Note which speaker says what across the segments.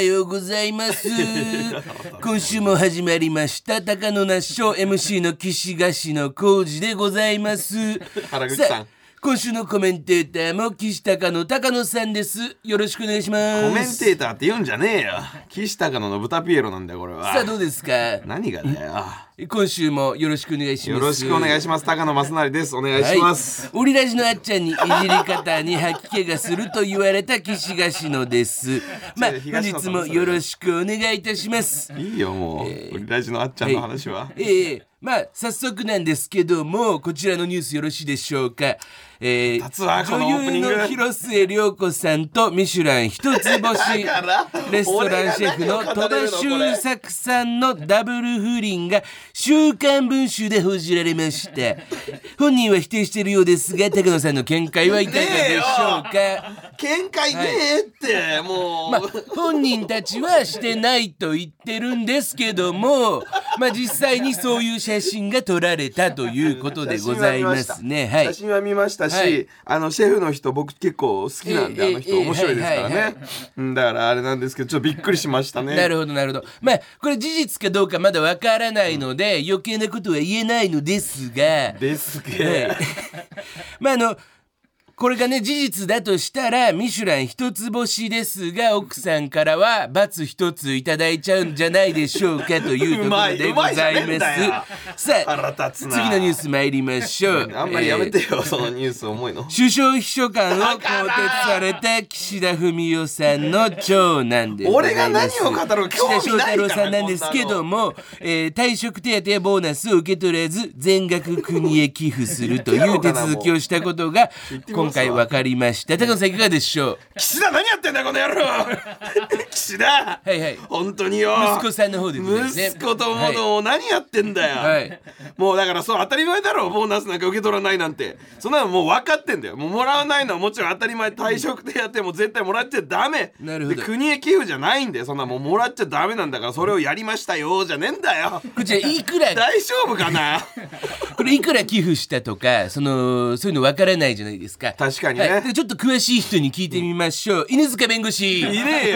Speaker 1: います 今週も始まりました高野那賞 MC の岸菓子の浩二でございます
Speaker 2: 原口さん
Speaker 1: あ今週のコメンテーターも岸高野高野さんですよろしくお願いします
Speaker 2: コメンテーターって言うんじゃねえよ岸高野の豚ピエロなんだよこれは
Speaker 1: さあどうですか
Speaker 2: 何がだよ
Speaker 1: 今週もよろしくお願いします
Speaker 2: よろしくお願いします高野正成ですお願いします、
Speaker 1: はい、オリラジのあっちゃんにいじり方に吐き気がすると言われた岸菓子の ですまあ
Speaker 2: 違
Speaker 1: 本
Speaker 2: う東
Speaker 1: 日
Speaker 2: 野さん
Speaker 1: もよろしくお願いいたします
Speaker 2: い、いよもう、オリラジのあっちゃんの話は、
Speaker 1: ええまあ早速なんですけどもこちらのニュースよろしいでしょうか、ええ
Speaker 2: 立つわこのオープ
Speaker 1: 女
Speaker 2: ニ
Speaker 1: 優
Speaker 2: ング
Speaker 1: の広末涼子さんとミシュラン一つ星
Speaker 2: から
Speaker 1: レストランシェフの
Speaker 2: 俺が何
Speaker 1: 戸
Speaker 2: を語れ
Speaker 1: 田
Speaker 2: るのこれ
Speaker 1: 修作さんのダブル不倫が「週刊文集」で報じられました本人は否定しているようですが高野さんの見解はいかがでしょうか
Speaker 2: 見解ねえって、もう、
Speaker 1: まあ、本人たちはしてないと言ってるんですけども、まあ、実際にそういう写真が撮られたということでございますね。はい
Speaker 2: 写、真は見ましたし、
Speaker 1: はい
Speaker 2: あのシェフの人僕結構好きなんで、
Speaker 1: ええ
Speaker 2: あの人
Speaker 1: ええ
Speaker 2: 面白いですからね、
Speaker 1: はいはい
Speaker 2: うんだからあれなんですけどちょっとびっくりしましたね
Speaker 1: なるほどなるほどまあこれ事実かどうかまだわからないので、余計なことは言えないのですが
Speaker 2: ですげえ
Speaker 1: まああのこれがね事実だとしたら「ミシュラン」一つ星ですが奥さんからは罰一ついただいちゃうんじゃないでしょうかというところでござい
Speaker 2: うまいうまいじゃねえん
Speaker 1: ま
Speaker 2: だよ
Speaker 1: す。さあ
Speaker 2: 腹立つな。
Speaker 1: 次のニュース参りましょう
Speaker 2: あんまりやめてよ、そのニュース重い の
Speaker 1: えー首相秘書官を更迭された岸田文雄さんの長男でござ
Speaker 2: 俺が
Speaker 1: いま
Speaker 2: 何
Speaker 1: す
Speaker 2: を語る
Speaker 1: 岸
Speaker 2: 興
Speaker 1: 田
Speaker 2: 味
Speaker 1: 翔太
Speaker 2: ないから
Speaker 1: 郎さんなんですけど
Speaker 2: も
Speaker 1: も、えー退職手当やボーナスを受け取れず全額国へ寄付するという手続きをしたことが今回分かりました高野さんいかがでしょう
Speaker 2: 岸田何やってんだこの野郎 岸田
Speaker 1: はいはい
Speaker 2: 本当によ
Speaker 1: 息子さんの方でございますね
Speaker 2: 息子ともども何やってんだよ、
Speaker 1: はい
Speaker 2: もうだからそう当たり前だろボーナスなんか受け取らないなんてそんなのもう分かってんだよもうもらわないのはもちろん当たり前退職手当も絶対もらっちゃダメ
Speaker 1: なるほど
Speaker 2: で国へ寄付じゃないんだよそんなもうもらっちゃダメなんだからそれをやりましたよじゃねえんだよ
Speaker 1: こちらいくら
Speaker 2: 大丈夫かな
Speaker 1: これいくら寄付したとかそのそういうの分からないじゃないですか
Speaker 2: 確かにね
Speaker 1: はいでちょっと詳しい人に聞いてみましょう、犬塚弁護士
Speaker 2: いねえ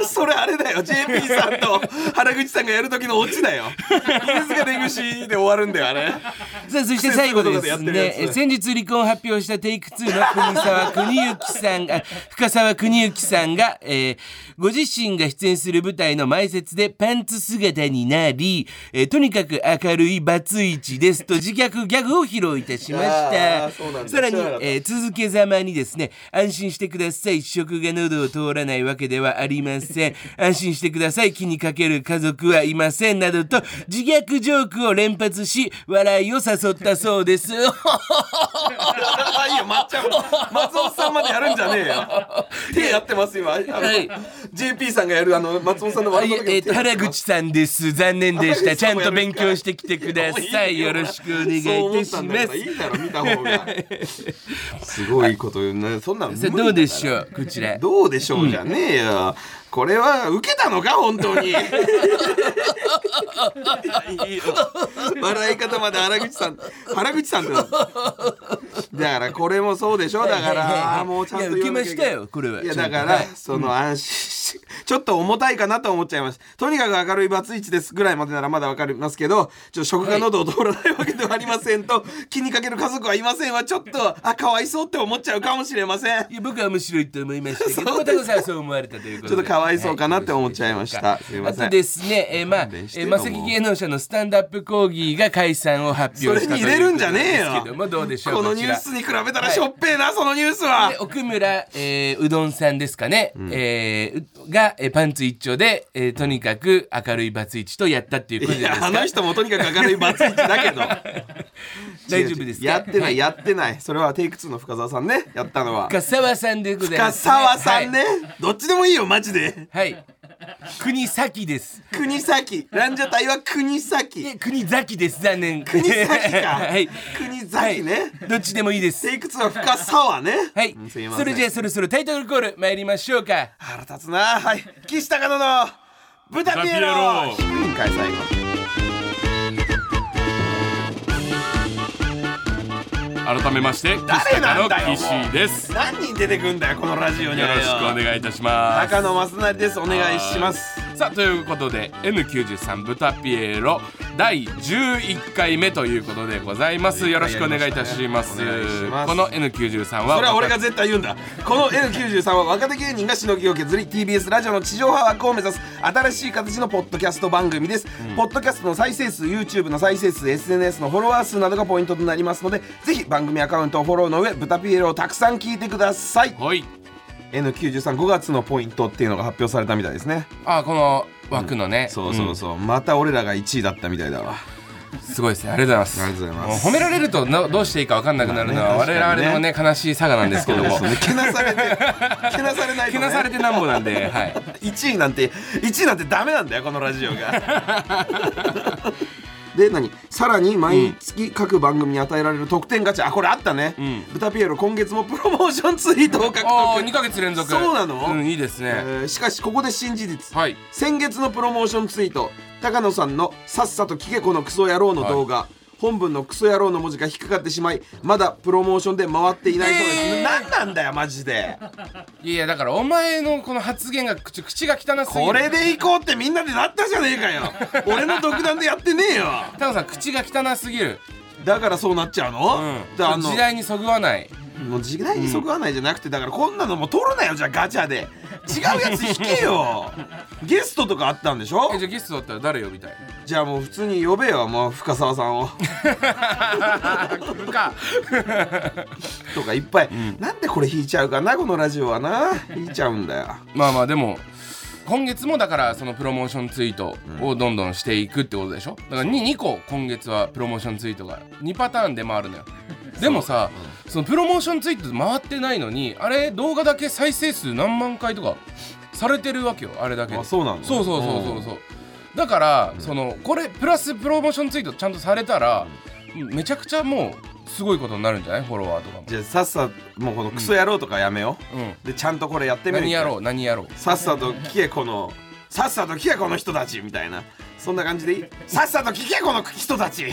Speaker 2: よそれあれだよ JP さんと原口さんがやる時のオチだよ犬塚出口で終わるんだよあれ
Speaker 1: さあそして最後で
Speaker 2: そういう
Speaker 1: す
Speaker 2: ことでやって
Speaker 1: ね
Speaker 2: るやつ
Speaker 1: え先日離婚を発表したテイク2の国沢邦之さんが 深沢邦之さんが、えーご自身が出演する舞台の前説でパンツ姿になり、えーとにかく明るいバツイチですと自虐ギャグを披露いたしまし
Speaker 2: あ
Speaker 1: た
Speaker 2: ーそうなんだ
Speaker 1: さらに
Speaker 2: 知らなかっ、た
Speaker 1: えー続けざまにですね安心してください食が喉を通らないわけではありま せん安心してください気にかける家族はいませんなどと自虐ジョークを連発し笑いを誘ったそうです
Speaker 2: いいよ、まっちゃん。松本さんまでやるんじゃねえよ。手やってます、今。あの
Speaker 1: い
Speaker 2: JP さんがやる、あの、松本さんの
Speaker 1: は
Speaker 2: 笑
Speaker 1: い
Speaker 2: い
Speaker 1: え
Speaker 2: の時の手
Speaker 1: ーと原 口さんです残念でしたちゃんと勉強してきてくださいよろしくお願いいたしま
Speaker 2: そう思ったんだから
Speaker 1: す
Speaker 2: いいだろ、見た 方が。すごいこと言うね。そんなの無理
Speaker 1: さ
Speaker 2: だ
Speaker 1: あ
Speaker 2: から
Speaker 1: どうでしょうこちら
Speaker 2: どうでしょうじゃねえよ。これは受けたのか本当に。いやいいよ笑い方まで原口さん、原口さんってなんだ。だからこれもそうでしょ。
Speaker 1: は
Speaker 2: だか
Speaker 1: いはいはいは
Speaker 2: ら
Speaker 1: い
Speaker 2: もうちゃんと
Speaker 1: いや受けま
Speaker 2: 言わなきゃい
Speaker 1: し
Speaker 2: けな
Speaker 1: た
Speaker 2: い
Speaker 1: よこれはい
Speaker 2: や
Speaker 1: ちゃん
Speaker 2: だ
Speaker 1: と
Speaker 2: から
Speaker 1: はい
Speaker 2: その安心し、ちょっと重たいかなと思っちゃいました。とにかく明るいバツイチですぐらいまでならまだわかりますけど、ちょっと食が喉を通らないわけではありませんと、気にかける家族はいませんはちょっとあかわいそうって思っちゃうかもしれません。
Speaker 1: いや僕は面白いと思いましたけどもタコさんはそう思われたということで
Speaker 2: ちょっとかわいそうかなって思っちゃいました
Speaker 1: は
Speaker 2: すいませ
Speaker 1: あ
Speaker 2: ん
Speaker 1: とですね、えーまあ、え
Speaker 2: 勘弁して
Speaker 1: ー
Speaker 2: よ
Speaker 1: マセキ芸能者のスタンダップ講義が解散を発
Speaker 2: そ
Speaker 1: 表
Speaker 2: れ
Speaker 1: したと
Speaker 2: に
Speaker 1: いう
Speaker 2: 入れるんじゃねえ
Speaker 1: ことですけども
Speaker 2: よ
Speaker 1: どうでしょう
Speaker 2: この
Speaker 1: ち
Speaker 2: ニ
Speaker 1: ら
Speaker 2: ュースに比べたらしょっぺえな、そのニュース
Speaker 1: で
Speaker 2: は
Speaker 1: 奥村、えーうどんさんですかね、えーが、えーパンツ一丁で、えーとにかく明るいバツイチとやったっていうこと
Speaker 2: い
Speaker 1: じゃないです
Speaker 2: や
Speaker 1: か
Speaker 2: あの人もとにかく明るいバツイチだけど
Speaker 1: 大丈夫ですか
Speaker 2: やってないやってないそれはテイク2の深澤さんねやったのは
Speaker 1: 深沢さんでございま
Speaker 2: 深
Speaker 1: すね、
Speaker 2: 澤さんね、どっちでもいいよマジで
Speaker 1: はい、はい、国崎です
Speaker 2: 国崎ランジャタイは国崎
Speaker 1: で国崎です残念
Speaker 2: 国 崎か、
Speaker 1: はい
Speaker 2: 国崎ね、
Speaker 1: どっちでもいいです
Speaker 2: テイク2は深澤ね
Speaker 1: はい
Speaker 2: うんすいませ
Speaker 1: そ
Speaker 2: ん
Speaker 1: れじゃあそろそろタイトルコール参りましょうか
Speaker 2: 腹立つなはい岸高野の豚ピエロ
Speaker 3: 豚
Speaker 2: 低いんかい最後
Speaker 3: 改めまして岸
Speaker 2: 誰な
Speaker 3: 高
Speaker 2: んだよ
Speaker 3: の岸ですよ
Speaker 2: 何人出てくんだよこのラジオには
Speaker 3: ろしくお願いいたします
Speaker 2: 中野正成ですお願いします
Speaker 4: さあということで N93 豚ピエロ第11回目ということでございますよろしくお願いいたします
Speaker 2: お願いします
Speaker 4: この N93 は
Speaker 2: それは俺が絶対言うんだこの N93 は若手芸人がしのぎを削り TBS ラジオの地上波枠を目指す新しい形のポッドキャスト番組です、ポッドキャストの再生数 YouTube の再生数 SNS のフォロワー数などがポイントとなりますのでぜひ番組アカウントをフォローの上ブタピエロをたくさん聞いてください
Speaker 4: はい
Speaker 2: N935 月のポイントっていうのが発表されたみたいですね
Speaker 1: あこの枠のね、
Speaker 2: そうそうそう、また俺らが1位だったみたいだわ
Speaker 1: すごいですねありがとうございます
Speaker 2: ありがとうございます
Speaker 1: もう褒められるとなどうしていいか分かんなくなるのは、
Speaker 2: まあね確かに
Speaker 1: 我
Speaker 2: ね
Speaker 1: 々のね悲しいさがなんですけども
Speaker 2: そうですねけなされてけなされないと、
Speaker 1: け
Speaker 2: ね、
Speaker 1: なされてなんぼなんで、はい、
Speaker 2: 1位なんて1位なんてダメなんだよこのラジオが。 で何さらに毎月各番組に与えられる特典ガチャ、あこれあったね、ブタピエロ今月もプロモーションツイートを獲
Speaker 1: ああ
Speaker 2: 得
Speaker 1: 2ヶ月連続
Speaker 2: そうなの
Speaker 1: んいいです
Speaker 2: え
Speaker 1: ね、
Speaker 2: ーしかしここで新事実、
Speaker 4: はい
Speaker 2: 先月のプロモーションツイート高野さんの「さっさと聞けこのクソ野郎」の動画、本文のクソ野郎の文字が引っかかってしまいまだプロモーションで回っていないそうです、
Speaker 1: えー
Speaker 2: 何なんだよマジで
Speaker 1: いやだからお前のこの発言が口口が汚すぎる
Speaker 2: これで行こうってみんなでなったじゃねえ かよ俺の独断でやってねえよ
Speaker 1: タカさん口が汚すぎる、
Speaker 2: だからそうなっちゃうの,、
Speaker 1: うん、
Speaker 2: だからあの
Speaker 1: 時代にそぐわない
Speaker 2: もう時代にそぐわないじゃなくてだからこんなのもう取るなよじゃあガチャで違うやつ引け よゲストとかあったんでしょ
Speaker 1: えじゃあゲストだったら誰呼びたい
Speaker 2: じゃあもう普通に呼べよもう深澤さ んを
Speaker 1: か
Speaker 2: とかいっぱい、なんでこれ引いちゃうかなこのラジオはな引いちゃうんだよ
Speaker 1: まあまあでも今月もだからそのプロモーションツイートをどんどんしていくってことでしょだから 2, 2個今月はプロモーションツイートが2パターンで回るのよでもさそのプロモーションツイート回ってないのにあれ動画だけ再生数何万回とかされてるわけよあれだけで
Speaker 2: あそうなの
Speaker 1: そうそうそうそうそうだからそのこれプラスプロモーションツイートちゃんとされたらめちゃくちゃもうすごいことになるんじゃないフォロワーとかも
Speaker 2: じゃあさっさもうこのクソ野郎とかやめよう、
Speaker 1: うん
Speaker 2: でちゃんとこれやってみる
Speaker 1: 何やろう何やろう
Speaker 2: さっさと聞けこのさっさと聞けこの人たちみたいなそんな感じでいいさっさと聞けこの人たち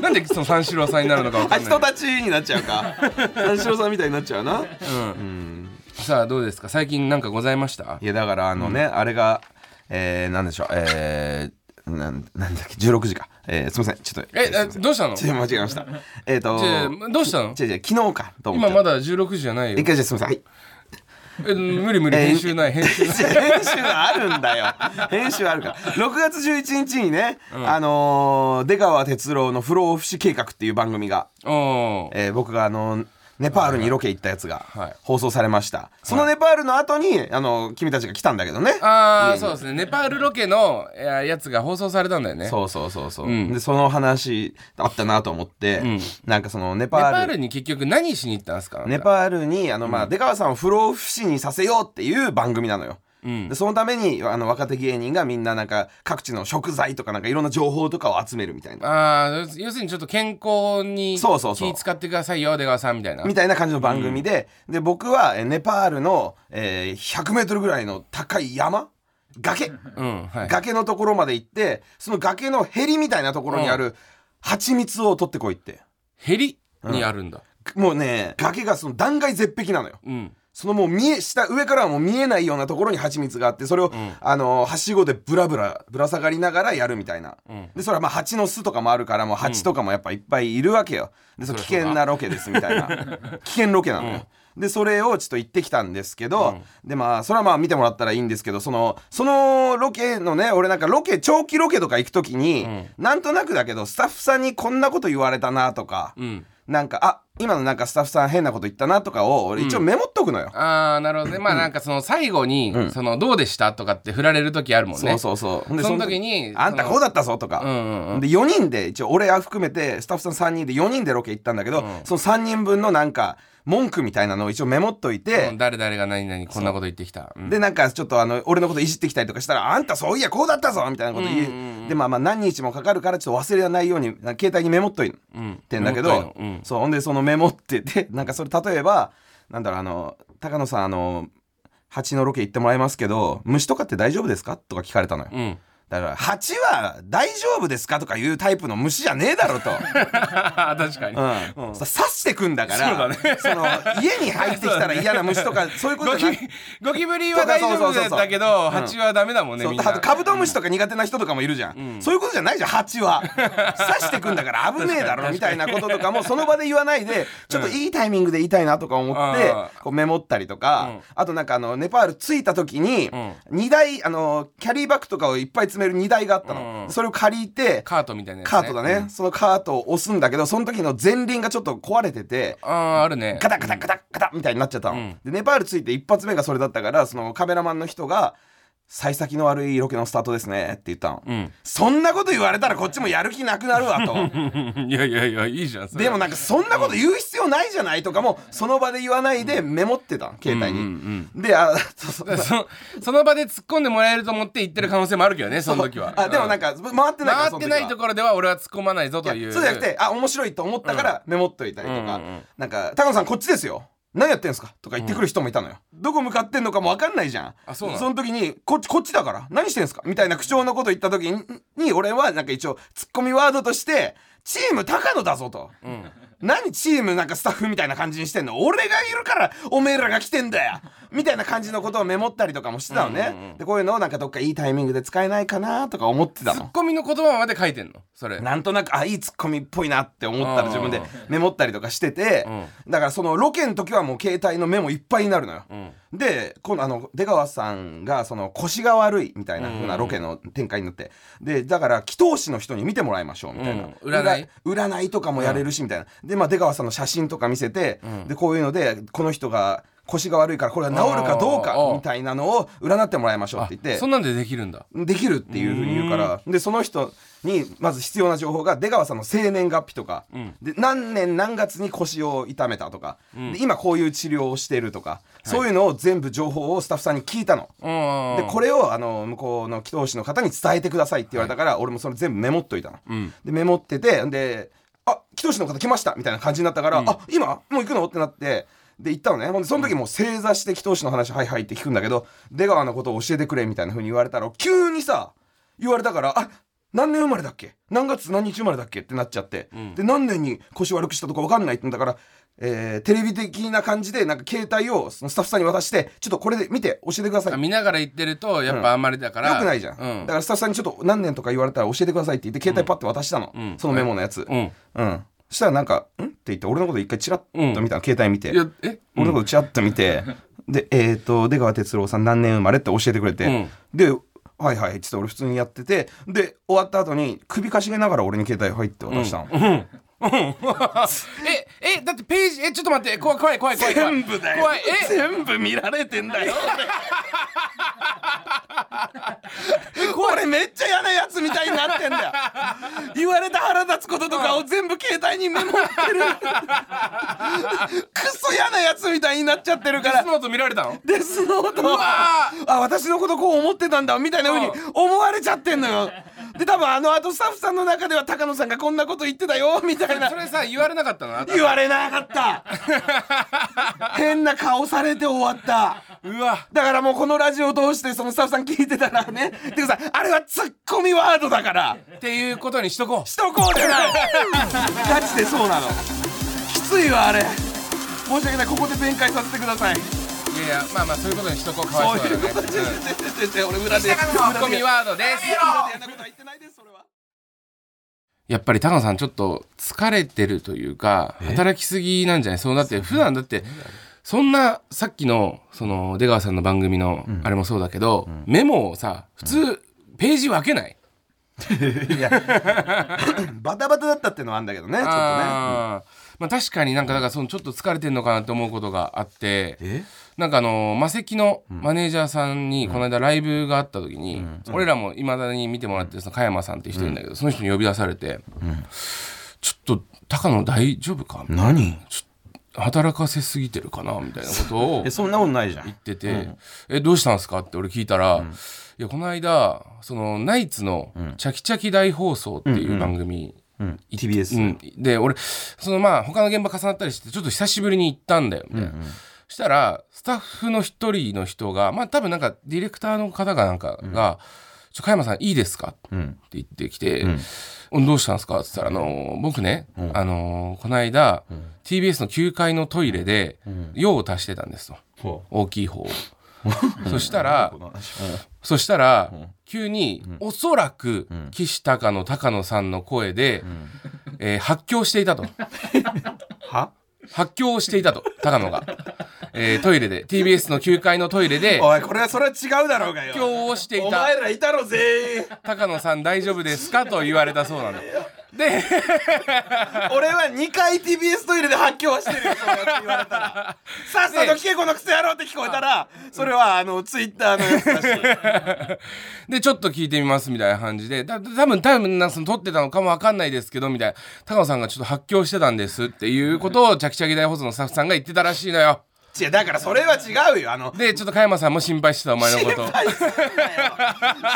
Speaker 1: なんでその三四郎さんになるのか分
Speaker 2: あ
Speaker 1: かんない
Speaker 2: 人たちになっちゃうか三四郎さんみたいになっちゃうな
Speaker 1: うん、さあどうですか最近なんかございました
Speaker 2: いやだからあのね、あれがえー、なんでしょうえー、なんなんだっけ16時かえー、すみませんちょっと
Speaker 1: え
Speaker 2: すい
Speaker 1: あ
Speaker 2: ません
Speaker 1: どうしたの
Speaker 2: ちょっと間違えましたえっ、ー、と
Speaker 1: ちょどうしたの
Speaker 2: 違う違う昨日かと思っ
Speaker 1: 今ま
Speaker 2: て
Speaker 1: だ16時じゃないよ
Speaker 2: 一回じゃあすみませんはい
Speaker 1: え無理無理
Speaker 2: えー
Speaker 1: 編集ない編 集ない
Speaker 2: 編集はあるんだよ編集はあるから6月11日にね、あのー出川哲朗の「不老不死計画」っていう番組が、
Speaker 1: おー
Speaker 2: えー僕があのーネパールにロケ行ったやつが
Speaker 1: はい
Speaker 2: 放送されました、そのネパールの後にあの君たちが来たんだけどね
Speaker 1: ああそうですねネパールロケのいややつが放送されたんだよねネ
Speaker 2: そうそうそうそう、
Speaker 1: ん
Speaker 2: でその話あったなと思って、なんかそのネパ
Speaker 1: パ
Speaker 2: ー
Speaker 1: ー
Speaker 2: ル
Speaker 1: ルに結局何しに行ったんですか
Speaker 2: ネパールにあの、まあ、出川さんを不老不死にさせようっていう番組なのよ。でそのためにあの若手芸人がみんななんか各地の食材とかなんかいろんな情報とかを集めるみたいな
Speaker 1: ああ要するにちょっと健康に
Speaker 2: そうそうそう
Speaker 1: 気使ってくださいよ出川さんみたいな
Speaker 2: みたいな感じの番組で、で僕はえネパールの、えー、100メートルぐらいの高い山崖
Speaker 1: うんはい
Speaker 2: 崖のところまで行ってその崖のへりみたいなところにある蜂蜜を取ってこいって
Speaker 1: ヘリにあるんだ
Speaker 2: もうね崖がその断崖絶壁なのよ。
Speaker 1: うん
Speaker 2: そのもう見え下上からはもう見えないようなところに蜂蜜があってそれを、あのはしごでぶらぶらぶら下がりながらやるみたいな、でそれはまあ蜂の巣とかもあるからもう蜂とかもやっぱいっぱいいるわけよでそう危険なロケですみたい な危険ロケなのよ、でそれをちょっと行ってきたんですけど、でまあそれはまあ見てもらったらいいんですけどそのそのロケのね俺なんかロケ長期ロケとか行く時に、なんとなくだけどスタッフさんにこんなこと言われたなとか、
Speaker 1: うん
Speaker 2: なんかあ今のなんかスタッフさん変なこと言ったなとかを俺一応メモっとくのよ、
Speaker 1: ああなるほどねまあなんかその最後に、そのどうでしたとかって振られる時あるもんね
Speaker 2: そうそうそうほんで
Speaker 1: その時に
Speaker 2: あんた
Speaker 1: その
Speaker 2: こうだったぞとか、
Speaker 1: んうん
Speaker 2: で4人で一応俺は含めてスタッフさん3人で4人でロケ行ったんだけど、その3人分のなんか文句みたいなのを一応メモっといて、
Speaker 1: うん誰々が何々こんなこと言ってきた、うん
Speaker 2: でなんかちょっとあの俺のこといじってきたりとかしたら「あんたそういやこうだったぞ」みたいなこと言う,、でまあまあ何日もかかるからちょっと忘れないようになんか携帯にメモっといてんだけ
Speaker 1: メモっ
Speaker 2: ど
Speaker 1: と、いのうん
Speaker 2: そうほんでそのメモってて なんかそれ例えばなんだろうあの「高野さんあの蜂のロケ行ってもらいますけど虫とかって大丈夫ですか?」とか聞かれたのよ。
Speaker 1: うん
Speaker 2: だから蜂は大丈夫ですかとかいうタイプの虫じゃねえ だろと、
Speaker 1: 確かに、
Speaker 2: うんさ刺してくんだから
Speaker 1: そうだね
Speaker 2: の家に入ってきたら嫌な虫とかそういうこと
Speaker 1: ゴ
Speaker 2: じゃない
Speaker 1: キゴキブリは大丈夫だったけど蜂はダメだもんね
Speaker 2: そう
Speaker 1: みんな
Speaker 2: あとカブトムシとか苦手な人とかもいるじゃん、そういうことじゃないじゃん蜂 は刺してくんだから危ねえだろみたいなこととかもその場で言わないでちょっといいタイミングで言いたいなとか思って
Speaker 1: あ
Speaker 2: こうメモったりとか、あとなんかあのネパール着いた時に荷台あのキャリーバッグとかをいっぱい詰める荷台があったの、
Speaker 1: うん
Speaker 2: それを借りて
Speaker 1: カートみたいなやつ、ね、
Speaker 2: カートだね、そのカートを押すんだけどその時の前輪がちょっと壊れてて。
Speaker 1: あああるね
Speaker 2: カタカタカタカタみたいになっちゃったの、でネパール着いて一発目がそれだったからそのカメラマンの人が「幸先の悪いロケのスタートですね」って言ったの、
Speaker 1: ん
Speaker 2: そんなこと言われたらこっちもやる気なくなるわと
Speaker 1: いやいやいやいいじゃんそれ
Speaker 2: でもなんかそんなこと言う必要ないじゃないとかもその場で言わないでメモってたの携帯に、であそうそう
Speaker 1: そその場で突っ込んでもらえると思って言ってる可能性もあるけどねその時は
Speaker 2: あでもなん
Speaker 1: か
Speaker 2: か回ってないか
Speaker 1: 回
Speaker 2: らそ
Speaker 1: っ
Speaker 2: の時
Speaker 1: て
Speaker 2: は
Speaker 1: ないところでは俺は突っ込まないぞと
Speaker 2: い
Speaker 1: い
Speaker 2: や
Speaker 1: う
Speaker 2: そうじゃなくてあ面白いと思ったからメモっといたりとか、
Speaker 1: うんうんうん
Speaker 2: なんか「高野さんこっちですよ何やってんすか?」とか言ってくる人もいたのよ、どこ向かってんのかも分かんないじゃん
Speaker 1: あそうなの
Speaker 2: の時に「こっちこっちだから何してんすか?」みたいな口調のこと言った時にに俺はなんか一応ツッコミワードとして「チーム高野だぞ」と。何チームなんかスタッフみたいな感じにしてんの俺がいるからおめえらが来てんだよみたいな感じのことをメモったりとかもしてたのね、でこういうのをなんかどっかいいタイミングで使えないかなとか思ってた
Speaker 1: ツ
Speaker 2: の
Speaker 1: ッコミの言葉まで書いてんのそれ
Speaker 2: なんとなくあいいツッコミっぽいなって思ったら
Speaker 1: うん
Speaker 2: 自分でメモったりとかしてて、だからそのロケの時はもう携帯のメモいっぱいになるのよ。で今度あの出川さんがその腰が悪いみたいな風なロケの展開になって、でだから祈祷師の人に見てもらいましょうみたいな、
Speaker 1: うん占い
Speaker 2: 占占いとかもやれるしみたいな、で、まあ、出川さんの写真とか見せて、でこういうのでこの人が腰が悪いからこれは治るかどうか
Speaker 1: あー
Speaker 2: みたいなのを占ってもらいましょうって言って
Speaker 1: そんなんでできるんだ
Speaker 2: できるっていうふうに言うからでその人にまず必要な情報が出川さんの生年月日とか、で何年何月に腰を痛めたとか、で今こういう治療をしているとか、そういうのを全部情報をスタッフさんに聞いたの。
Speaker 1: うん
Speaker 2: でこれをあの向こうの祈祷師の方に伝えてくださいって言われたから、俺もそれ全部メモっといたの、でメモっててで「あ祈祷師の方来ました」みたいな感じになったから「あ今もう行くの?」ってなってで行ったのねほんでその時もう正座して祈祷師の話「はいはい」って聞くんだけど出川のことを教えてくれみたいな風に言われたら急にさ言われたから「あ何年生まれだっけ何月何日生まれだっけ?」ってなっちゃって、で何年に腰悪くしたとか分かんないってんだから、えーテレビ的な感じでなんか携帯をそのスタッフさんに渡して「ちょっとこれで見て教えてください」
Speaker 1: 見ながら言ってるとやっぱあんまりだから、
Speaker 2: よくないじゃ
Speaker 1: う
Speaker 2: ん、
Speaker 1: ん
Speaker 2: だからスタッフさんにちょっと何年とか言われたら教えてくださいって言って携帯パッて渡したの、
Speaker 1: ん
Speaker 2: そのメモのやつ
Speaker 1: う
Speaker 2: うん、
Speaker 1: ん
Speaker 2: そしたらなんか「ん?」って言って俺のこと一回チラッと見たの、携帯見て
Speaker 1: いやえ
Speaker 2: 俺のことチラッと見て、でえっ、と出川哲朗さん何年生まれって教えてくれて、
Speaker 1: うん
Speaker 2: で「はいはい」っつって俺普通にやっててで終わった後に首かしげながら俺に携帯入って渡したの、
Speaker 1: ええだってページえちょっと待って怖い怖い怖い怖い怖い
Speaker 2: 全部だよ
Speaker 1: 怖いえ
Speaker 2: 全部見られてんだ よこれめっちゃ嫌なやつみたいになってん だよ言われた腹立つこととかを全部携帯にメモ ってるクソ嫌なやつみたいになっちゃってるか
Speaker 1: デス
Speaker 2: ら
Speaker 1: ノート見られたの
Speaker 2: デスノート
Speaker 1: わ
Speaker 2: あ私のことこう思ってたんだみたいな風に
Speaker 1: う
Speaker 2: 思われちゃってんのよで多分あの後スタッフさんの中では高野さんがこんなこと言ってたよみたいな
Speaker 1: それさ言われなかったのあなた
Speaker 2: 言われなかった 変な顔されて終わった
Speaker 1: うわ
Speaker 2: だからもうこのラジオを通してそのスタッフさん聞いてたらねてかさあれはツッコミワードだから
Speaker 1: っていうことにしとこう
Speaker 2: しとこうじゃ ないガチでそうなのきついわあれ申し訳ないここで弁解させてください
Speaker 1: いやいやまあまあそういうことにしとこうか
Speaker 2: そ
Speaker 1: わ
Speaker 2: う
Speaker 1: いそう
Speaker 2: い
Speaker 1: だ
Speaker 2: う
Speaker 1: ね
Speaker 2: ことで、ちょちょちょちょ俺裏
Speaker 1: ツ
Speaker 2: で
Speaker 1: ッコミワードです
Speaker 2: 裏でやんなことは言ってないですそれは
Speaker 1: やっぱり高野さんちょっと疲れてるというか働きすぎなんじゃないそうだって普段だってそんなさっきのその出川さんの番組のあれもそうだけど、メモをさ普通ページ分けない、
Speaker 2: バタバタだったっていうのはあんだけどねちょっとね
Speaker 1: あーまあ、確かになんかだからそのちょっと疲れてるのかなって思うことがあって
Speaker 2: え
Speaker 1: なんかあの魔石のマネージャーさんにこの間ライブがあった時に、俺らもいまだに見てもらってるその加山さんっていう人いるんだけど、その人に呼び出されて「ちょっと高野大丈夫か?」みたいな
Speaker 2: 何
Speaker 1: 働かせすぎてるかなみたいなことを
Speaker 2: えそんなことないじゃん
Speaker 1: 言ってて、 えどうしたんですかって俺聞いたら、いやこの間そのナイツの「チャキチャキ大放送」っていう番組、
Speaker 2: うん、TBS、
Speaker 1: うんで俺そのまあ他の現場重なったりしてちょっと久しぶりに行ったんだよみたいな。したらスタッフの一人の人がまあ多分なんかディレクターの方がなんかが、ちちょ加山さんいいですか?」って
Speaker 2: うん
Speaker 1: 言ってきて
Speaker 2: う
Speaker 1: 「
Speaker 2: ん
Speaker 1: うんどうしたんですか?」って言ったら「あの僕ね、
Speaker 2: ん
Speaker 1: あのこの間、TBS の9階のトイレで
Speaker 2: ん
Speaker 1: 用を足してたんですと
Speaker 2: ほ
Speaker 1: 大きい方を。そしたら
Speaker 2: う、
Speaker 1: そしたら
Speaker 2: ん、
Speaker 1: 急に、おそらく
Speaker 2: ん、
Speaker 1: 岸高野高野さんの声で、えー発狂していたと。
Speaker 2: は
Speaker 1: 発狂をしていたと、高野が。えートイレで、TBS の9階のトイレで、
Speaker 2: おいこれはそれは違うだろうがよ
Speaker 1: 発狂をしてい
Speaker 2: お
Speaker 1: た
Speaker 2: 前らいたろ全員
Speaker 1: 高野さん大丈夫ですかと言われたそうなの。で、
Speaker 2: 俺は2回 TBS トイレで発狂はし てるよそうやって言われたらさっさと聞けこのクソ野郎って聞こえたらそれはあのツイッターのやつ だし
Speaker 1: で、ちょっと聞いてみますみたいな感じで、だ多分多分なその撮ってたのかもわかんないですけど、みたいな。高野さんがちょっと発狂してたんですっていうことを、チャキチャキ大放送のスタッフさんが言ってたらしいのよ。
Speaker 2: 違うだからそれは違うよあの
Speaker 1: で、ちょっと加山さんも心配してたお前の
Speaker 2: 心
Speaker 1: こと。
Speaker 2: 配すんなよ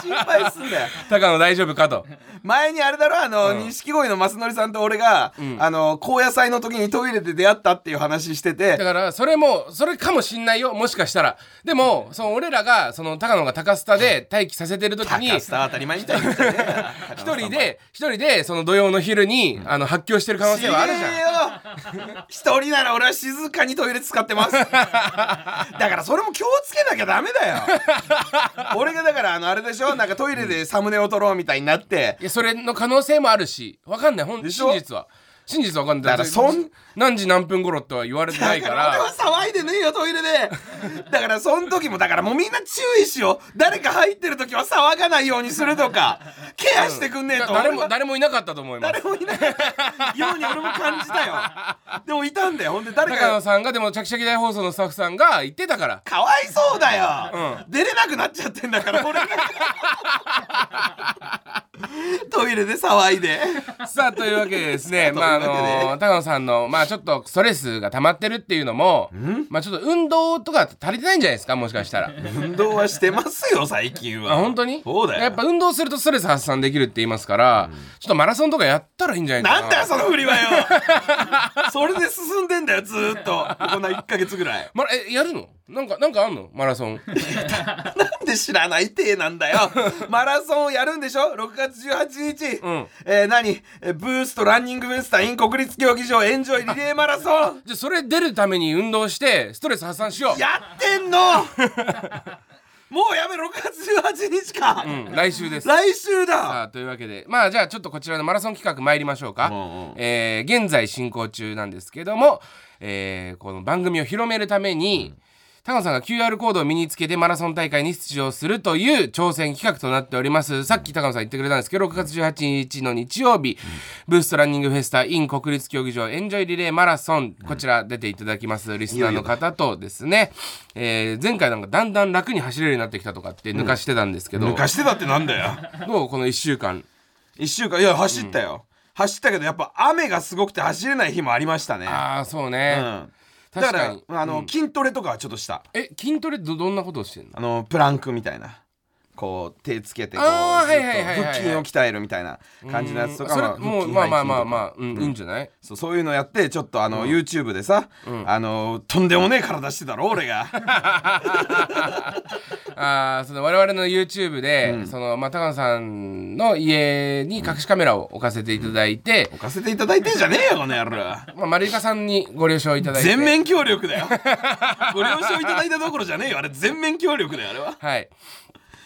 Speaker 2: 心配すんなよ
Speaker 1: 高野大丈夫かと。
Speaker 2: 前にあれだろあの錦鯉の雅紀さんと俺が、あの高野菜の時にトイレで出会ったっていう話してて
Speaker 1: だからそれもそれかもしんないよもしかしたらでもその俺らがその高野が高スタで待機させてる時に
Speaker 2: 高須は当たり前みたいに言ったね
Speaker 1: 一人で一人でその土曜の昼に、あの発狂してる可能性はあるじゃん
Speaker 2: 知れよ一人なら俺は静かにトイレ使っ てますだからそれも気をつけなきゃダメだよ俺がだからあのあれでしょなんかトイレでサムネを撮ろうみたいになって
Speaker 1: いやそれの可能性もあるしわかんないほん
Speaker 2: でしょ
Speaker 1: 真実は真実はわかんない
Speaker 2: だからそん
Speaker 1: 何時何分頃とは言われてないか
Speaker 2: 俺 は
Speaker 1: ら
Speaker 2: 騒いでねえよトイレでだからその時もだからもうみんな注意しよう誰か入ってる時は騒がないようにするとかケアしてくんねえ
Speaker 1: だ
Speaker 2: と、
Speaker 1: 誰
Speaker 2: 俺
Speaker 1: も
Speaker 2: は
Speaker 1: 誰もいなかったと思います
Speaker 2: 誰もいないように俺も感じたよでもいたんだよほんで誰
Speaker 1: 高野
Speaker 2: か
Speaker 1: さんがでも「ちゃきちゃき大放送」のスタッフさんが言ってた から
Speaker 2: かわいそうだよ、出れなくなっちゃってんだから俺がトイレで騒いで
Speaker 1: さあというわけでですね
Speaker 2: さ
Speaker 1: まああ
Speaker 2: あというわけで
Speaker 1: の高野さんのまあちょっとストレスが溜まってるっていうのもまあちょっと運動とか足りてないんじゃないですかもしかしたら。
Speaker 2: 運動はしてますよ最近は
Speaker 1: あ本当に
Speaker 2: そうだよ
Speaker 1: やっぱ運動するとストレス発散できるって言いますから、ちょっとマラソンとかやったらいいんじゃないかな
Speaker 2: なんだよその振りはよ それで進んでんだよずーっとこんな1ヶ月ぐらい
Speaker 1: ま、えやるのなんかなんかあんのマラソン
Speaker 2: なんで知らない体なんだよマラソンをやるんでしょ6月18日、
Speaker 1: ん
Speaker 2: えー何えーブーストランニングフェスタイン国立競技場エンジョイリレーマラソン
Speaker 1: じゃあそれ出るために運動してストレス発散しよう
Speaker 2: やって んのもうやめ6月18日か、
Speaker 1: うん、来週です
Speaker 2: 来
Speaker 1: さ
Speaker 2: 週だ
Speaker 1: あというわけでまあじゃあちょっとこちらのマラソン企画参りましょうか、
Speaker 2: うんうん
Speaker 1: えー現在進行中なんですけども、えーこの番組を広めるために、高野さんが QR コードを身につけてマラソン大会に出場するという挑戦企画となっておりますさっき高野さん言ってくれたんですけど6月18日の日曜日、ブーストランニングフェスタ in 国立競技場エンジョイリレーマラソンこちら出ていただきますリスナーの方とですね、えー前回なんかだんだん楽に走れるようになってきたとかって抜かしてたんですけど、
Speaker 2: 抜かしてたってなん だよ
Speaker 1: どうこの1週間
Speaker 2: 1週間いや走ったよ、走ったけどやっぱ雨がすごくて走れない日もありましたね
Speaker 1: ああそう
Speaker 2: う
Speaker 1: ね、
Speaker 2: んだ
Speaker 1: 確
Speaker 2: か
Speaker 1: からに
Speaker 2: あの、筋トレとかはちょっとした
Speaker 1: え筋トレどどんなことをしてんの
Speaker 2: あのプランクみたいなこう手つけてこう
Speaker 1: あー
Speaker 2: ずっと
Speaker 1: はいはいはいはい
Speaker 2: 腹筋を鍛えるみたいな感じのやつとか
Speaker 1: それ
Speaker 2: まあ
Speaker 1: もうまあ
Speaker 2: 腹筋
Speaker 1: まあまあま
Speaker 2: 背筋とか
Speaker 1: あ、うんいいんじゃない
Speaker 2: そうそういうのやってちょっとあの、YouTube でさ、あのとんでもねえ体してたろ俺が
Speaker 1: あーその我々の YouTube で、そのまあ高野さんの家に隠しカメラを置かせていただいて、
Speaker 2: 置かせていただいてんじゃねえよこの野 郎
Speaker 1: まあ、丸イカさんにご了承いただいて
Speaker 2: 全面協力だよ ご了承いただいたどころじゃねえよあれ全面協力だよあれは
Speaker 1: はい、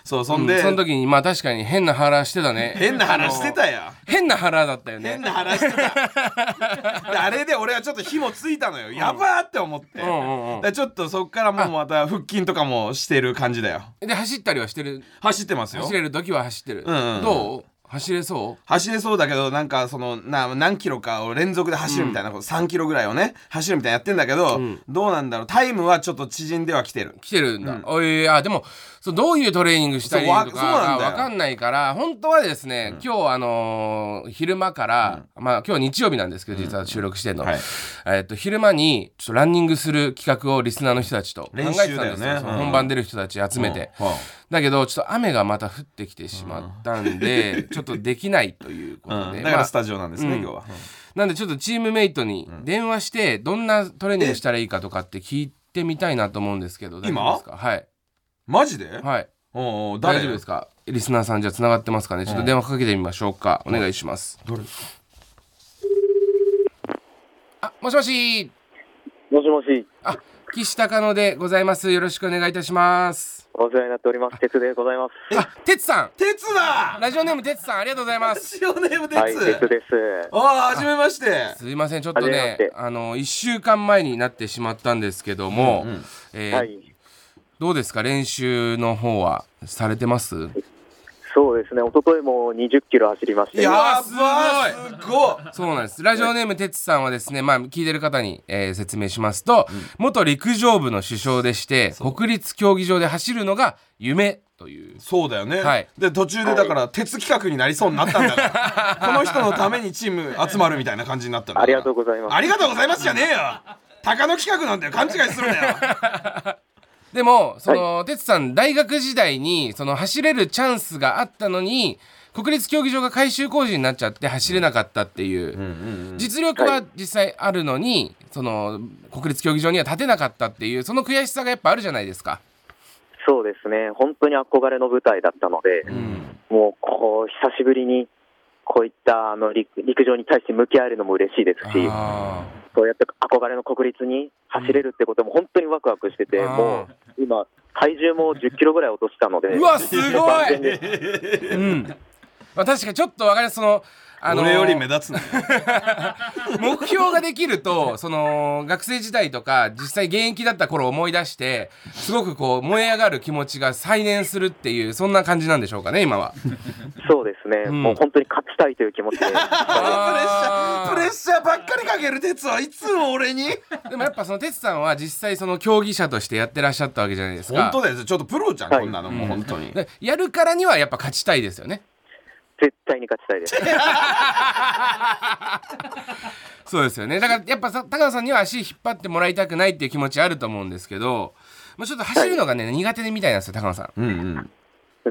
Speaker 2: そうそん
Speaker 1: う
Speaker 2: で、
Speaker 1: んその時にまあ確かに変な腹してたね
Speaker 2: 変な話してたよ
Speaker 1: 変な腹だったよね
Speaker 2: 変な 話してたであれで俺はちょっと火もついたのよやばーって思って、
Speaker 1: うんうんうん
Speaker 2: だからちょっとそっからもうまた腹筋とかもしてる感じだよ
Speaker 1: で走ったりはしてる
Speaker 2: 走ってますよ
Speaker 1: 走れる時は走ってる、
Speaker 2: うんうん
Speaker 1: どう走れそ
Speaker 2: 走れそうだけどなんかそのな何キロかを連続で走るみたいなこと、3キロぐらいをね走るみたいなやってんだけど、どうなんだろうタイムはちょっと縮んではきてる
Speaker 1: う来てるんだ、おいあでもそうどういうトレーニングしたりと
Speaker 2: そうわそうな
Speaker 1: か
Speaker 2: んだよ
Speaker 1: 分かんないから本当はですね、今日あのー昼間から、まあ今日日曜日なんですけど実は収録してんの、
Speaker 2: はい
Speaker 1: えっと昼間にちょっとランニングする企画をリスナーの人たちと考え
Speaker 2: 練
Speaker 1: てたん
Speaker 2: 習
Speaker 1: です
Speaker 2: だよね
Speaker 1: よその
Speaker 2: うん
Speaker 1: 本番出る人たち集めて、
Speaker 2: うんうん
Speaker 1: だけどちょっと雨がまた降ってきてしまったんで、ちょっとできないというこ
Speaker 2: う
Speaker 1: と
Speaker 2: ん
Speaker 1: で、
Speaker 2: だか
Speaker 1: ま
Speaker 2: ら
Speaker 1: あ
Speaker 2: スタジオなんですね、
Speaker 1: うん
Speaker 2: 今日は、
Speaker 1: なんでちょっとチームメイトに電話してどんなトレーニングしたらいいかとかって聞いてみたいなと思うんですけど大丈夫ですかはい
Speaker 2: マジで、
Speaker 1: はい
Speaker 2: おうおう
Speaker 1: 大
Speaker 2: 誰
Speaker 1: 丈夫ですかリスナーさんじゃつながってますかねちょっと電話かけてみましょうか、お願いします
Speaker 2: どれ
Speaker 1: あもしもし
Speaker 5: もしもし、
Speaker 1: あ岸高野でございますよろしくお願いいたします
Speaker 5: お世話になっております。鉄でございます。
Speaker 1: あ哲さ
Speaker 2: 鉄だ
Speaker 1: んラジオネーム哲さんありがとうございます
Speaker 2: 塩ネーム
Speaker 5: はい、鉄
Speaker 2: 鉄
Speaker 5: です。
Speaker 2: ああ、はじめまして。
Speaker 1: すいませんちょっと
Speaker 5: はじめま
Speaker 1: ね
Speaker 5: して
Speaker 1: あの1週間前になってしまったんですけども、えー
Speaker 5: はい。
Speaker 1: どうですか練習の方はされてます
Speaker 5: そうですね、一昨日も20キロ走りまして、
Speaker 2: や
Speaker 1: す
Speaker 2: ば
Speaker 1: ご
Speaker 2: いすごい
Speaker 1: そうなんですラジオネームてつさんはですね、まあ、聞いてる方に、えー説明しますと、元陸上部の首相でして国立競技場で走るのが夢という
Speaker 2: そうだよね、
Speaker 1: はい
Speaker 2: で途中でだから鉄企画になりそうになったんだから この人のためにチーム集まるみたいな感じになったんだから
Speaker 5: ありがとうございます。
Speaker 2: ありがとうございますじゃねえよ鷹の企画なんだよ勘違いするなよ
Speaker 1: でもその、てつさん大学時代にその走れるチャンスがあったのに国立競技場が改修工事になっちゃって走れなかったっていう、実力は実際あるのにその国立競技場には立てなかったっていうその悔しさがやっぱあるじゃないですか。
Speaker 5: そうですね、本当に憧れの舞台だったので、もう、こう、久しぶりに、こういったあの陸陸上に対して向き合えるのも嬉しいですし、
Speaker 1: あー
Speaker 5: そうやって憧れの国立に走れるってことも本当にワクワクしてて、
Speaker 1: あー
Speaker 5: もう今、体重も10キロぐらい落としたので、
Speaker 1: うわすご
Speaker 5: 万全
Speaker 1: い、
Speaker 5: で
Speaker 1: う
Speaker 5: す
Speaker 1: んまあ、確かにちょっと分かりますそのあの
Speaker 2: 俺より目立つなよ
Speaker 1: 目標ができるとその学生時代とか実際現役だった頃を思い出してすごくこう燃え上がる気持ちが再燃するっていうそんな感じなんでしょうかね今は。
Speaker 5: そうですね、
Speaker 1: ん
Speaker 5: もう本当に勝ちたいという気持 ちで。
Speaker 1: あー
Speaker 2: プレッシャーばっかりかける鉄はいつも俺に
Speaker 1: でもやっぱその哲さんは実際その競技者としてやってらっしゃったわけじゃないです
Speaker 2: 本
Speaker 1: か。
Speaker 2: 当だよちょっとプロじゃん、こんなのもう本当に、
Speaker 1: でやるからにはやっぱ勝ちたいですよね。
Speaker 5: 絶対に勝ちたいです。
Speaker 1: そうですよね。だからやっぱさ高野さんには足引っ張ってもらいたくないっていう気持ちあると思うんですけど、まあ、ちょっと走るのがね苦手でみたいなんですよ高野さん。
Speaker 2: うんうん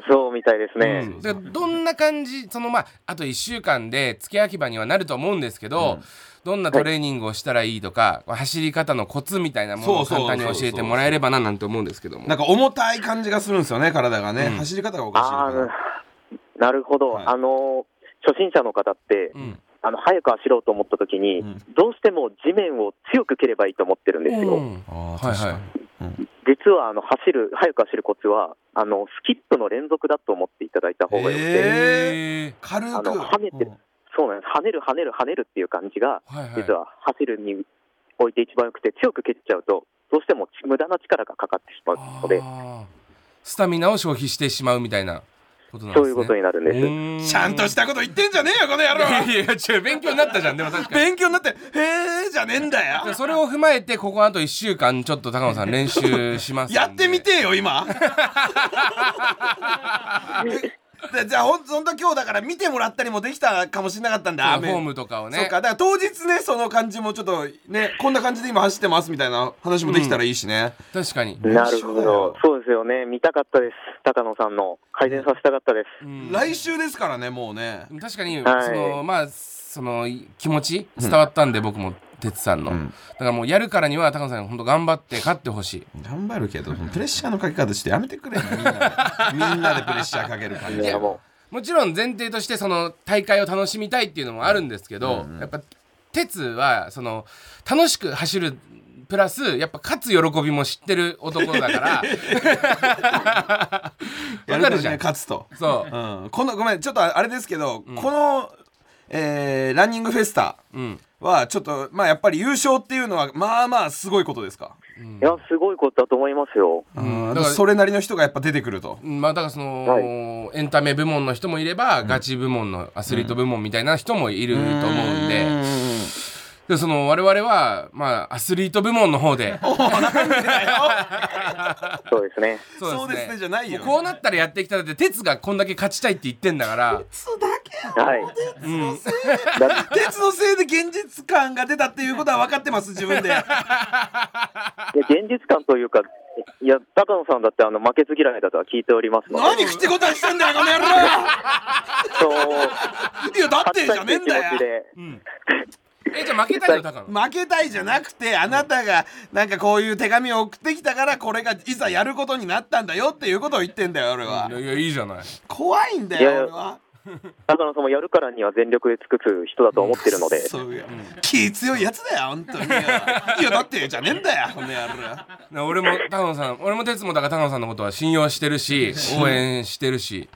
Speaker 5: そうみたいですね。
Speaker 1: うんだからどんな感じそのまああと1週間で付け焼き場にはなると思うんですけど、どんなトレーニングをしたらいいとか、走り方のコツみたいなものを
Speaker 2: そうそ
Speaker 1: 簡
Speaker 2: う
Speaker 1: 単に教えてもらえればななんて思うんですけども
Speaker 2: なんか重たい感じがするんですよね体がね、走り方がおかしいの
Speaker 5: あ
Speaker 2: かな
Speaker 5: ーなるほど、
Speaker 2: はい
Speaker 5: あの初心者の方って、
Speaker 1: うん
Speaker 5: あの早く走ろうと思った時に、
Speaker 2: うん
Speaker 5: どうしても地面を強く蹴ればいいと思ってるんですよ、
Speaker 1: うん
Speaker 2: あー
Speaker 1: はい
Speaker 2: 確か
Speaker 1: は
Speaker 2: に
Speaker 1: い
Speaker 5: 実はあの走る早く走るコツはあのスキップの連続だと思っていただいた方がよくて、
Speaker 2: え軽く
Speaker 5: あの跳ねてるそうなんです跳ねる跳ねる跳ねるっていう感じが
Speaker 1: はいはい
Speaker 5: 実は走るにおいて一番よくて強く蹴っちゃうとどうしても無駄な力がかかってしまうので
Speaker 1: あースタミナを消費してしまうみたいなことなんですね
Speaker 5: そういうことになるんです、
Speaker 2: うんちゃんとしたこと言ってんじゃねえよこの野
Speaker 1: いや
Speaker 2: 郎
Speaker 1: いや違う勉強になったじゃんでも確かに
Speaker 2: 勉強になって「へえ」じゃねえんだよ
Speaker 1: それを踏まえてここあと1週間ちょっと高野さん練習しますんで
Speaker 2: やってみてよ今でじゃあほんほんと今日だから見てもらったりもできたかもしれなかったん
Speaker 1: フ
Speaker 2: だ
Speaker 1: ォームとかをね
Speaker 2: そうかだから当日ねその感じもちょっとねこんな感じで今走ってますみたいな話もできたらいいしね、
Speaker 1: 確かに、
Speaker 5: なる
Speaker 2: 一緒
Speaker 5: ほ
Speaker 2: だよ
Speaker 5: どそうですよね見たかったです高野さんの改善させたかったです、
Speaker 1: うん
Speaker 2: 来週ですからねもうね
Speaker 1: 確かに、
Speaker 5: はい
Speaker 1: そのまあそのい気持ち伝わったんで、僕も哲さんの、
Speaker 2: うん
Speaker 1: だからもうやるからには高野さん本当頑張って勝ってほしい
Speaker 2: 頑張るけどプレッシャーのかけ方してやめてくれよみんなでみんなでプレッシャーかける感
Speaker 5: い
Speaker 2: じ
Speaker 5: やも
Speaker 1: もちろん前提としてその大会を楽しみたいっていうのもあるんですけど、やっぱ哲はその楽しく走るプラスやっぱ勝つ喜びも知ってる男だから
Speaker 2: や
Speaker 1: わか
Speaker 2: るから
Speaker 1: る
Speaker 2: に
Speaker 1: じ
Speaker 2: は
Speaker 1: ゃん、
Speaker 2: 勝つと、
Speaker 1: そう
Speaker 2: う、ん、このごめんちょっとああれですけど、この、えーランニングフェスタ
Speaker 1: うん、
Speaker 2: はちょっとまあやっぱり優勝っていうのはまあまあすごいことですか、
Speaker 5: ういやすごいことだと思いますよ
Speaker 1: ん
Speaker 2: うん
Speaker 1: だから
Speaker 2: それなりの人がやっぱ出てくると
Speaker 1: まあだからその、
Speaker 5: は
Speaker 1: エンタメ部門の人もいれば、ガチ部門のアスリート部門みたいな人もいると思うんで、でその我々はまあアスリート部門の方で
Speaker 5: そうで すね
Speaker 2: そうですねじゃないよ
Speaker 1: もうこうなったらやっていきたいだって哲がこんだけ勝ちたいって言ってんだから
Speaker 5: はい
Speaker 1: うん
Speaker 5: だ
Speaker 2: 鉄のせいで現実感が出たっていうことは分かってます自分 で
Speaker 5: いや現実感というかいや高野さんだってあの負けず嫌いだとは聞いておりますので
Speaker 2: 何口答えしてんだよこの野郎
Speaker 5: そう
Speaker 2: いやだっ
Speaker 5: 勝
Speaker 2: て
Speaker 5: ち
Speaker 2: じ
Speaker 5: たい
Speaker 2: ゃ
Speaker 5: と
Speaker 2: ね
Speaker 5: い
Speaker 2: え
Speaker 5: うん気
Speaker 2: だよ
Speaker 5: 持ちで
Speaker 1: えじゃあ負けたいの高野
Speaker 2: 負けたいじゃなくてあなたがなんかこういう手紙を送ってきたからこれがいざやることになったんだよっていうことを言ってんだよ俺はい
Speaker 1: やいやいいじゃない
Speaker 2: 怖いんだ
Speaker 5: いや
Speaker 2: よ俺は
Speaker 5: 高野さんもやるからには全力で尽くす人だと思ってるので、
Speaker 2: そうよ気強いやつだよ本当によいやだってじゃねえんだよこの野郎
Speaker 1: な俺も高野さん俺も哲もだから高野さんのことは信用してるし応援してるし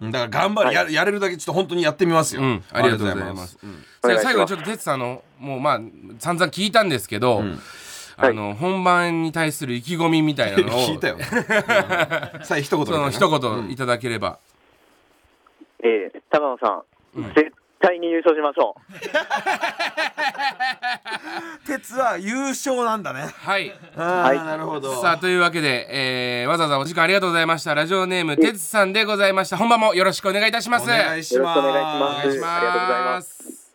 Speaker 1: うん
Speaker 2: だから頑張る、やるやれるだけちょっと本当にやってみますよ、
Speaker 1: うん、ありがとうございます。じゃあ最後にちょっと哲さんあのもうまあ散々聞いたんですけど、あの本番に対する意気込みみたい
Speaker 2: あ
Speaker 1: な
Speaker 2: り
Speaker 1: の
Speaker 2: が
Speaker 1: を
Speaker 2: とうございます 聞いたよ、うん、 さあ一言
Speaker 1: その一言いただければ。
Speaker 5: えー、高野さん、絶対に優勝しましょう。
Speaker 2: 鉄は優勝なんだね
Speaker 1: はい。
Speaker 2: ああ、
Speaker 5: はい
Speaker 2: なるほど
Speaker 1: さあというわけで、えーわざわざお時間ありがとうございました。ラジオネーム哲さんでございました。本番もよろしくお願いいたします。
Speaker 2: お願いし
Speaker 5: よろ
Speaker 2: ま
Speaker 5: し
Speaker 2: す
Speaker 5: くお願いします。あ
Speaker 1: お
Speaker 5: りがとうございます。
Speaker 1: す。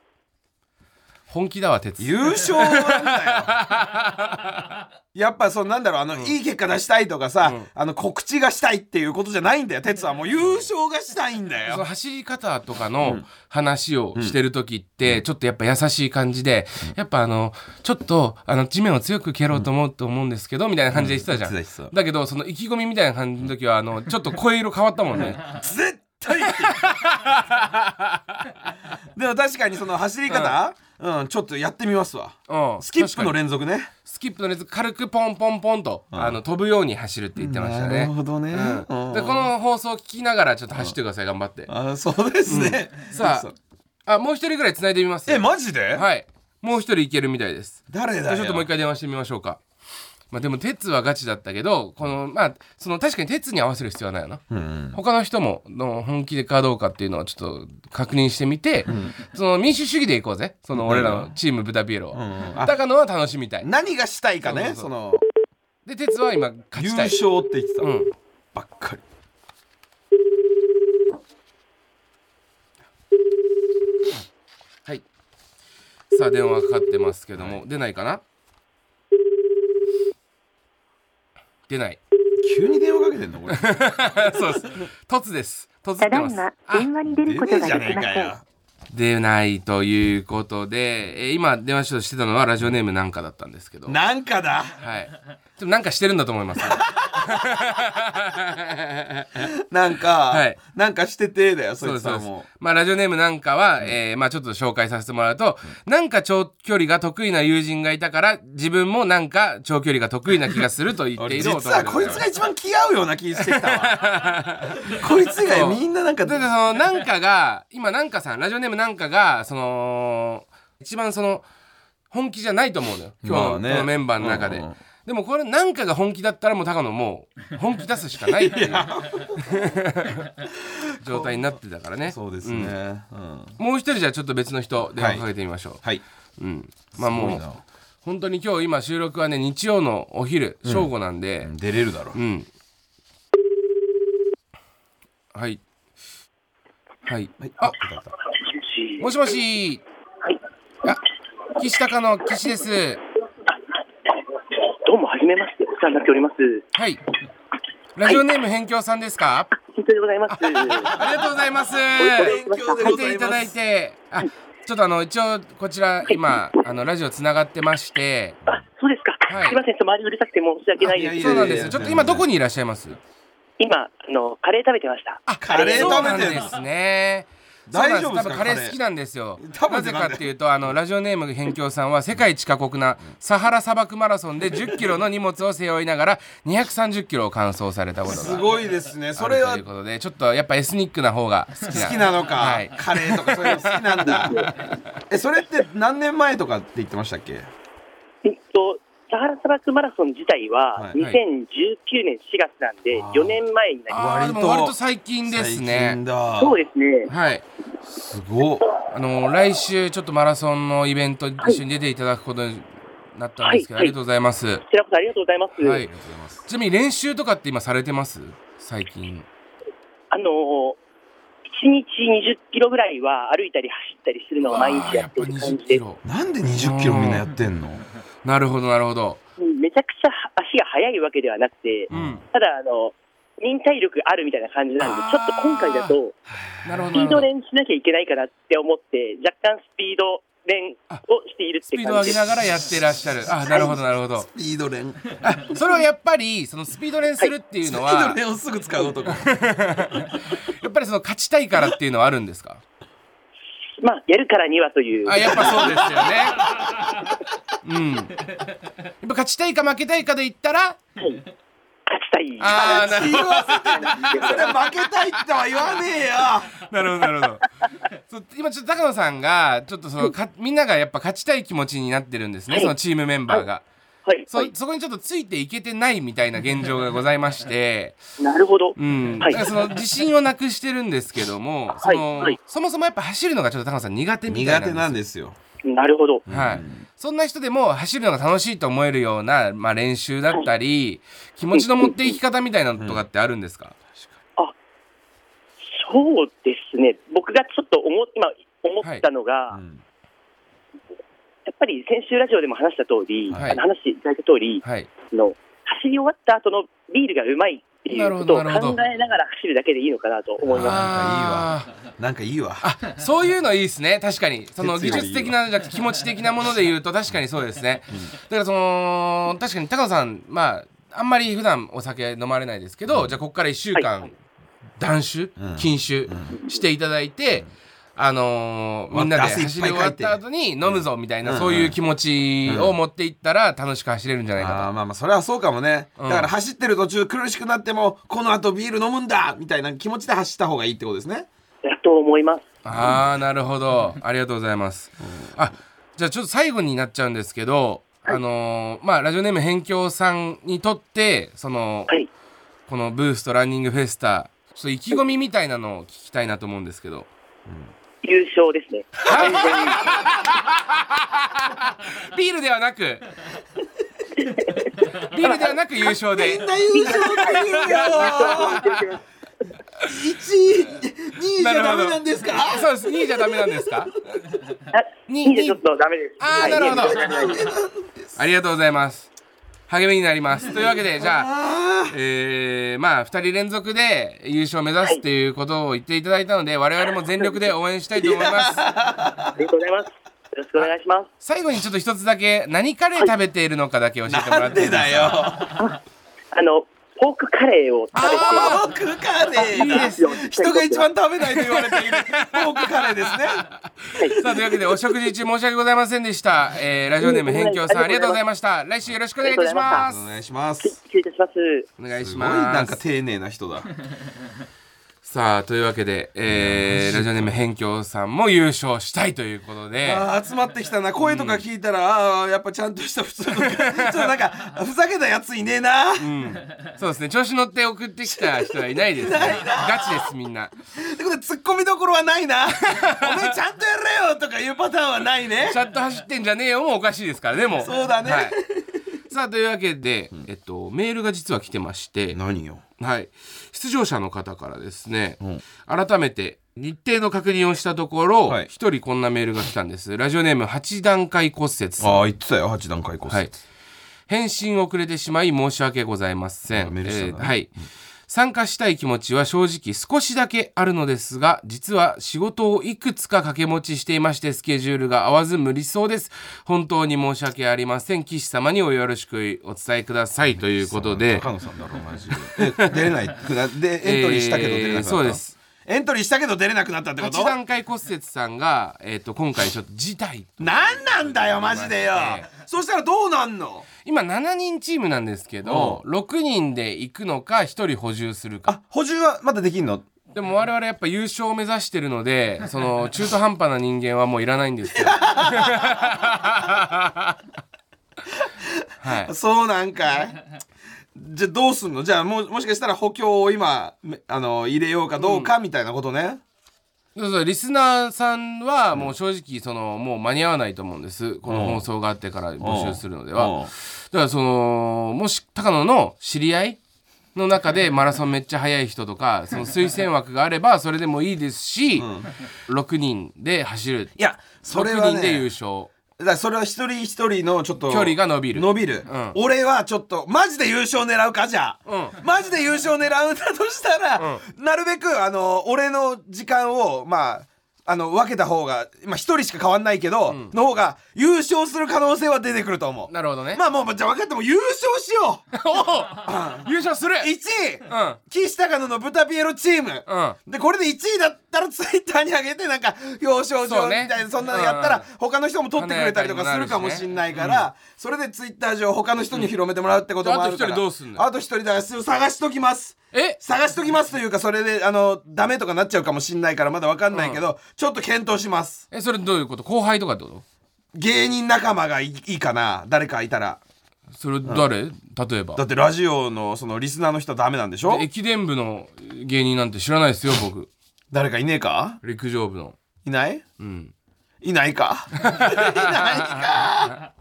Speaker 1: 本気だわ哲。
Speaker 2: 優勝なんだよ やっぱそうなんだろうあの、いい結果出したいとかさ、あの告知がしたいっていうことじゃないんだよ哲はもう優勝がしたいんだ
Speaker 1: その
Speaker 2: よ
Speaker 1: 走り方とかの話をしてる時って、ちょっとやっぱ優しい感じで、やっぱあのちょっとあの地面を強く蹴ろうと思うと思うんですけど、みたいな感じで言ってたじゃん、
Speaker 2: 言ってた言って
Speaker 1: だけどその意気込みみたいな感じの時はあのちょっと声色変わったもん ね
Speaker 2: 絶対でも確かにその走り方、うんちょっとやってみますわ
Speaker 1: うん
Speaker 2: スキッ
Speaker 1: 確か
Speaker 2: プの
Speaker 1: に
Speaker 2: 連続ね
Speaker 1: スキップの列軽くポンポンポンと、あの飛ぶように走るって言ってました
Speaker 2: な
Speaker 1: ね
Speaker 2: るほどね、
Speaker 1: うん
Speaker 2: うん
Speaker 1: でこの放送を聞きながらちょっと走ってください頑張って
Speaker 2: あそうですね、
Speaker 1: さ
Speaker 2: そう
Speaker 1: ああもう一人ぐらい繋いでみます
Speaker 2: えマジで、
Speaker 1: はいもう一人いけるみたいです
Speaker 2: 誰
Speaker 1: じ
Speaker 2: だ
Speaker 1: ゃ
Speaker 2: よ
Speaker 1: あちょっともう一回電話してみましょうか。まあでも鉄はガチだったけどこのまあその確かに鉄に合わせる必要はないよな、他の人もの本気でかどうかっていうのをちょっと確認してみて、その民主主義でいこうぜその俺らのチームブタピエロを、
Speaker 2: あ
Speaker 1: 高野は楽しみたい
Speaker 2: 何がしたいか
Speaker 1: そ
Speaker 2: ねそう
Speaker 1: そう
Speaker 2: の
Speaker 1: で鉄は今勝
Speaker 2: 優
Speaker 1: ちたい
Speaker 2: 勝って言ってた、
Speaker 1: うん
Speaker 2: ばっかり
Speaker 1: はいさあ電話かかってますけども、出ないかな出 ない
Speaker 2: 急に電話かけてんのこれ
Speaker 1: そうです突です突って
Speaker 6: ただ
Speaker 1: ま
Speaker 6: い
Speaker 1: す
Speaker 6: ま
Speaker 1: あ
Speaker 6: 電話に出ることができません。
Speaker 1: 出ないということで、えー今電話しようとしてたのはラジオネームなんかだったんですけど、は
Speaker 2: なんかだ
Speaker 1: い、でもなんかしてるんだと思い ます。
Speaker 2: なんか、
Speaker 1: はい
Speaker 2: なんかしててだよ
Speaker 1: そうで
Speaker 2: そい
Speaker 1: す
Speaker 2: つ
Speaker 1: そう
Speaker 2: は
Speaker 1: です
Speaker 2: も。
Speaker 1: まあラジオネームなんかは、えーまあちょっと紹介させてもらうと、なんか長距離が得意な友人がいたから、自分もなんか長距離が得意な気がすると言って
Speaker 2: 俺
Speaker 1: いる
Speaker 2: 実はこいつが一番気合うような気してきたわ こいつ以外みんななんか
Speaker 1: だってそのなんかが今なんかさんラジオネームなんかがその一番その本気じゃないと思うのよ今日
Speaker 2: ま
Speaker 1: の
Speaker 2: あね
Speaker 1: このメンバーの中で、
Speaker 2: うんうん
Speaker 1: でもこれなんかが本気だったらもう高野もう本気出すしかないって いう状態になってたからね
Speaker 2: そうですね、
Speaker 1: う
Speaker 2: うん
Speaker 1: んもう一人じゃあちょっと別の人電話かけてみましょう、
Speaker 2: はい
Speaker 1: うんまあも
Speaker 2: すごいうな
Speaker 1: 本当に今日今収録はね日曜のお昼正午なんで、
Speaker 2: 出れるだろう
Speaker 1: うん。はい。はい。あ、もしもし。はい。あ、岸高の岸です。
Speaker 7: どうも、はじめまして。お世話になっております。
Speaker 1: はい。ラジオネーム辺境さんですか。
Speaker 7: 緊張でございます。
Speaker 1: ありがとうございます。
Speaker 2: 強
Speaker 1: 来ていただいて、あ、ちょっとあの一応こちら今あのラジオつながってまして、
Speaker 7: あ、そうですか。
Speaker 1: はい
Speaker 7: すいません。ちょっと周りうるさくて申し訳ないです。
Speaker 2: あいやいや
Speaker 1: そうなんですよ。ちょっと今どこにいらっしゃいます。
Speaker 7: 今、あの、カレー食べてました。
Speaker 1: あ、
Speaker 2: カレー
Speaker 1: そうな
Speaker 2: 食
Speaker 1: ん
Speaker 2: べてん
Speaker 1: で
Speaker 2: の
Speaker 1: すね。
Speaker 2: 大
Speaker 1: そ
Speaker 2: 丈夫
Speaker 1: う
Speaker 2: で
Speaker 1: なん多
Speaker 2: すか
Speaker 1: 分カレー好きなんですよ
Speaker 2: カレー多分
Speaker 1: なぜかっていうとあのラジオネーム辺境さんは世界一過酷なサハラ砂漠マラソン で1 0キロの荷物を背負いながら2 3 0キロを完走されたことが
Speaker 2: すごいですねそ
Speaker 1: ある
Speaker 2: れ
Speaker 1: と
Speaker 2: は
Speaker 1: いうことでちょっとやっぱエスニックな方が好きな
Speaker 2: 好きなのか、
Speaker 1: はい、
Speaker 2: カレーとかそういうの好きなんだ えそれって何年前とかって言ってましたっけ
Speaker 7: えっと、サハラ砂漠マラソン自体
Speaker 2: は
Speaker 7: は、
Speaker 2: い
Speaker 7: 2019年4月なんで、4年前になりま
Speaker 1: あー
Speaker 2: 割と
Speaker 1: でも割と最近です
Speaker 2: 最近
Speaker 1: ね
Speaker 2: だ
Speaker 7: す。そうですね。
Speaker 1: はい
Speaker 2: すごっ
Speaker 1: あの来週ちょっとマラソンのイベントに一緒に出ていただくことになったんですけど、
Speaker 7: はいはい
Speaker 1: ありがとうございます、は
Speaker 7: こちらこそありがとうございます。
Speaker 1: いちなみに練習とかって今されてます最近
Speaker 7: あの、1日20キロぐらいは歩いたり走ったりするのを毎
Speaker 1: あ
Speaker 7: 日
Speaker 1: ー
Speaker 7: や
Speaker 1: や
Speaker 7: っ
Speaker 1: ってぱ
Speaker 7: る
Speaker 1: 2
Speaker 7: 感じ
Speaker 1: 0キ
Speaker 7: で、
Speaker 1: ロ
Speaker 2: なんで20キロみんなやってんの
Speaker 1: なるほどなるほど
Speaker 7: めちゃくちゃ足が速いわけではなくて、
Speaker 1: うん
Speaker 7: ただ、あの、忍耐力あるみたいな感じなんで、ちょっと今回だと、
Speaker 1: なるほ
Speaker 7: スピ
Speaker 1: ど
Speaker 7: ード
Speaker 1: なるほど
Speaker 7: 練しなきゃいけないかなって思って、若干スピード練をしているっ
Speaker 1: ス
Speaker 7: て
Speaker 1: ピードを
Speaker 7: 感
Speaker 1: 上
Speaker 7: じ
Speaker 1: げ
Speaker 7: です。
Speaker 1: ながらやってらっしゃる。あ、なるほど、なるほど。
Speaker 2: リード練
Speaker 1: それはやっぱり、そのスピード練するっていうの
Speaker 2: リード
Speaker 1: は、
Speaker 2: 練をすぐ使う男
Speaker 1: やっぱりその勝ちたいからっていうのはあるんですか
Speaker 7: まあ、やるからにはという。
Speaker 1: あ、やっぱそうですよね。うん。やっぱ勝ちたいか負けたいかで言ったら、
Speaker 7: 勝ちたい。
Speaker 1: あー、なるほど。
Speaker 2: それ負けたいっては言わねえよ
Speaker 1: なるほどなるほど。そう今ちょっと高野さんがちょっとそのかみんながやっぱ勝ちたい気持ちになってるんですね。
Speaker 7: はい
Speaker 1: そのチームメンバーが。
Speaker 7: はい、
Speaker 1: そ
Speaker 7: はい。
Speaker 1: そこにちょっとついていけてないみたいな現状がございまして、
Speaker 7: なるほど。
Speaker 1: うん、
Speaker 7: はい
Speaker 1: だからその自信をなくしてるんですけども、その、
Speaker 7: はいはい
Speaker 1: そもそもやっぱ走るのがちょっと高野さん苦手みたいなんで
Speaker 2: 苦手
Speaker 1: す
Speaker 2: なんですよ
Speaker 7: なるほど。
Speaker 1: はい、そんな人でも走るのが楽しいと思えるような、まあ、練習だったり、気持ちの持っていき方みたいなのとかってあるんですか、
Speaker 7: そうですね。僕がちょっと思っ今思ったのが、
Speaker 2: うん
Speaker 7: やっぱり先週ラジオでも話した通り、
Speaker 1: はい
Speaker 7: あの話していただいた通り、
Speaker 1: はい、
Speaker 7: あの走り終わった後のビールがうまいっていうことを
Speaker 1: な
Speaker 7: 考
Speaker 1: るほどなるほど
Speaker 7: えながら走るだけでいいのかなと思います。
Speaker 1: あー
Speaker 2: なんかいいわ
Speaker 1: そういうのいいですね確かにその
Speaker 2: 哲
Speaker 1: 技
Speaker 2: 也
Speaker 1: 術的なじゃなくて気持ち的なもので言うと確かにそうですね、だからその確かに高野さんまああんまり普段お酒飲まれないですけど、じゃあここから1週間、
Speaker 7: はい
Speaker 1: 断酒、
Speaker 2: うん
Speaker 1: 禁酒していただいて、あのーみんなで
Speaker 2: 汗いっぱい
Speaker 1: 走り終わった後に飲むぞみたいな、
Speaker 2: うん
Speaker 1: そういう気持ちを持っていったら楽しく走れるんじゃない
Speaker 2: あー
Speaker 1: か
Speaker 2: まあまあそれはそうかもね、
Speaker 1: うん
Speaker 2: だから走ってる途中苦しくなってもこの後ビール飲むんだみたいな気持ちで走った方がいいってことですね
Speaker 7: だと思います。
Speaker 1: と、ああなるほどありがとうございます、あじゃあちょっと最後になっちゃうんですけど、あのーまあラジオネーム辺境さんにとってその、
Speaker 7: はい。
Speaker 1: このブーストランニングフェスタちょっと意気込みみたいなのを聞きたいなと思うんですけど
Speaker 7: 優勝ですね。
Speaker 1: ビールではな くビールではなく優勝で
Speaker 2: 優勝って言うよ1位2位じ
Speaker 1: な
Speaker 2: ゃ
Speaker 1: る
Speaker 2: ダ
Speaker 1: ほど
Speaker 2: メなんですか
Speaker 1: そうです。2位じゃダメなんですか。
Speaker 7: あ、
Speaker 1: に
Speaker 7: いいでちょっとダメです。
Speaker 1: ああ、
Speaker 7: はい
Speaker 1: なるほど
Speaker 7: いいです。
Speaker 1: ありがとうございます。励みになります。というわけで、じゃあ、えー、まあ、2人連続で優勝を目指すということを言っていただいたので、我々も全力で応援したいと思います。
Speaker 7: ありがとうございます。よろしくお願いします。
Speaker 1: 最後にちょっと一つだけ、何カレー食べているのかだけ教えてもら
Speaker 2: な
Speaker 1: っ
Speaker 2: ん
Speaker 1: てい
Speaker 2: で
Speaker 1: いです
Speaker 2: だ
Speaker 1: か
Speaker 2: よ
Speaker 7: あの、ポークカレーを食べて、
Speaker 2: ポークカレーだ
Speaker 1: いいです
Speaker 7: よ
Speaker 2: 人が一番食べないと言われているポークカレーですね
Speaker 1: さあ、というわけで、お食事中申し訳ございませんでした。えー、ラジオネーム、辺境さん、ありがとうございました。来週よろしくお願いいたします。
Speaker 2: お願いしますす
Speaker 7: 失礼いたします。
Speaker 1: お願いし
Speaker 2: ごい
Speaker 1: ます。
Speaker 2: なんか丁寧な人だ
Speaker 1: さあというわけで、えーラジオネーム辺境さんも優勝したいということで
Speaker 2: あー集まってきたな声とか聞いたら、ああーやっぱちゃんとした普通の ちょっとなんかふざけたやついねえな、
Speaker 1: そうですね調子乗って送ってきた人はいないです ねガチですみんな
Speaker 2: ってことでツッコミどころはないなおめえちゃんとやれよとかいうパターンはないね
Speaker 1: ちゃんと走ってんじゃねえよもうおかしいですからねも
Speaker 2: そうだね
Speaker 1: はいさあというわけで、えっと、メールが実は来てまして、
Speaker 2: 何よ
Speaker 1: はい、出場者の方からですね、
Speaker 2: ん
Speaker 1: 改めて日程の確認をしたところ
Speaker 2: はい
Speaker 1: 一、人こんなメールが来たんですラジオネーム8段階骨折さん
Speaker 2: ああ言ってたよ8段階コース、
Speaker 1: はい、返信遅れてしまい申し訳ございません
Speaker 2: あ。メールしたんだね
Speaker 1: えーはい参加したい気持ちは正直少しだけあるのですが実は仕事をいくつか掛け持ちしていましてスケジュールが合わず無理そうです本当に申し訳ありません岸様におよろしくお伝えくださいということで
Speaker 2: 高野さんだろマジでえ出れないくなでエントリーしたけど出れなくなっ
Speaker 1: えー
Speaker 2: た、
Speaker 1: そうです
Speaker 2: エントリーしたけど出れなくなったってこ
Speaker 1: 8
Speaker 2: と
Speaker 1: 段階骨折さんが、えー、と今回ちょっと辞退
Speaker 2: なんなんだよマジでよ、
Speaker 1: え
Speaker 2: そしたらどうなんの
Speaker 1: 今7人チームなんですけど6人で行くのか1人補充するか
Speaker 2: あ補充はまだできんの
Speaker 1: でも我々やっぱ優勝を目指してるの で、その中途半端な人間はもういらないんですよ。はい。
Speaker 2: そうなんかい。じゃあどうすんのじゃあもうもしかしたら補強を今めあの入れようかどうかみたいなことね。
Speaker 1: そうそう、リスナーさんはもう正直そのもう間に合わないと思うんです。この放送があってから募集するので
Speaker 2: うん
Speaker 1: は。だからその、もし高野の知り合いの中でマラソンめっちゃ速い人とか、その推薦枠があればそれでもいいですし、6人で走る。
Speaker 2: いやそれ
Speaker 1: 6
Speaker 2: は
Speaker 1: 人で優
Speaker 2: ね
Speaker 1: 勝。
Speaker 2: だからそれは一人一人のちょっと
Speaker 1: 距離が伸びる
Speaker 2: 伸びる、
Speaker 1: うん
Speaker 2: 俺はちょっとマジで優勝狙うかじゃあ、
Speaker 1: う
Speaker 2: マジで優勝狙うんだとしたら、なるべくあの俺の時間をまああの分けた方がまあ、一人しか変わんないけど、の方が優勝する可能性は出てくると思う
Speaker 1: なるほどね。
Speaker 2: まあもうじゃあ分かったもう優勝しよう
Speaker 1: おお優勝する
Speaker 2: 1
Speaker 1: うん。うん。
Speaker 2: 位岸高野の豚ピエロチーム、
Speaker 1: あ
Speaker 2: でこれで1位だったらツイッターに上げてなんか表彰状みたいな
Speaker 1: そう
Speaker 2: そ,、
Speaker 1: ね
Speaker 2: んなのや
Speaker 1: う
Speaker 2: った
Speaker 1: ん
Speaker 2: ら他の人も取ってくれたりとかするかもしんないから、それでツイッター上他の人に広めてもらうってこともあるから、
Speaker 1: うんあと一人どうすんのよ
Speaker 2: あと一人だから探しときます
Speaker 1: え
Speaker 2: 探しときますというかそれであのダメとかなっちゃうかもしんないからまだわかんないけど、ちょっと検討します
Speaker 1: え、それどういうこと後輩とかってこ
Speaker 2: 芸人仲間がいいいかな誰かいたら
Speaker 1: とそれ誰、例えば
Speaker 2: だ。ってラジオのそのリスナーの人はダメなんでしょ
Speaker 1: 駅伝部の芸人なんて知らないですよ、僕。
Speaker 2: 誰かいねえか
Speaker 1: 陸上部の。
Speaker 2: いない
Speaker 1: うん。
Speaker 2: いないか いないか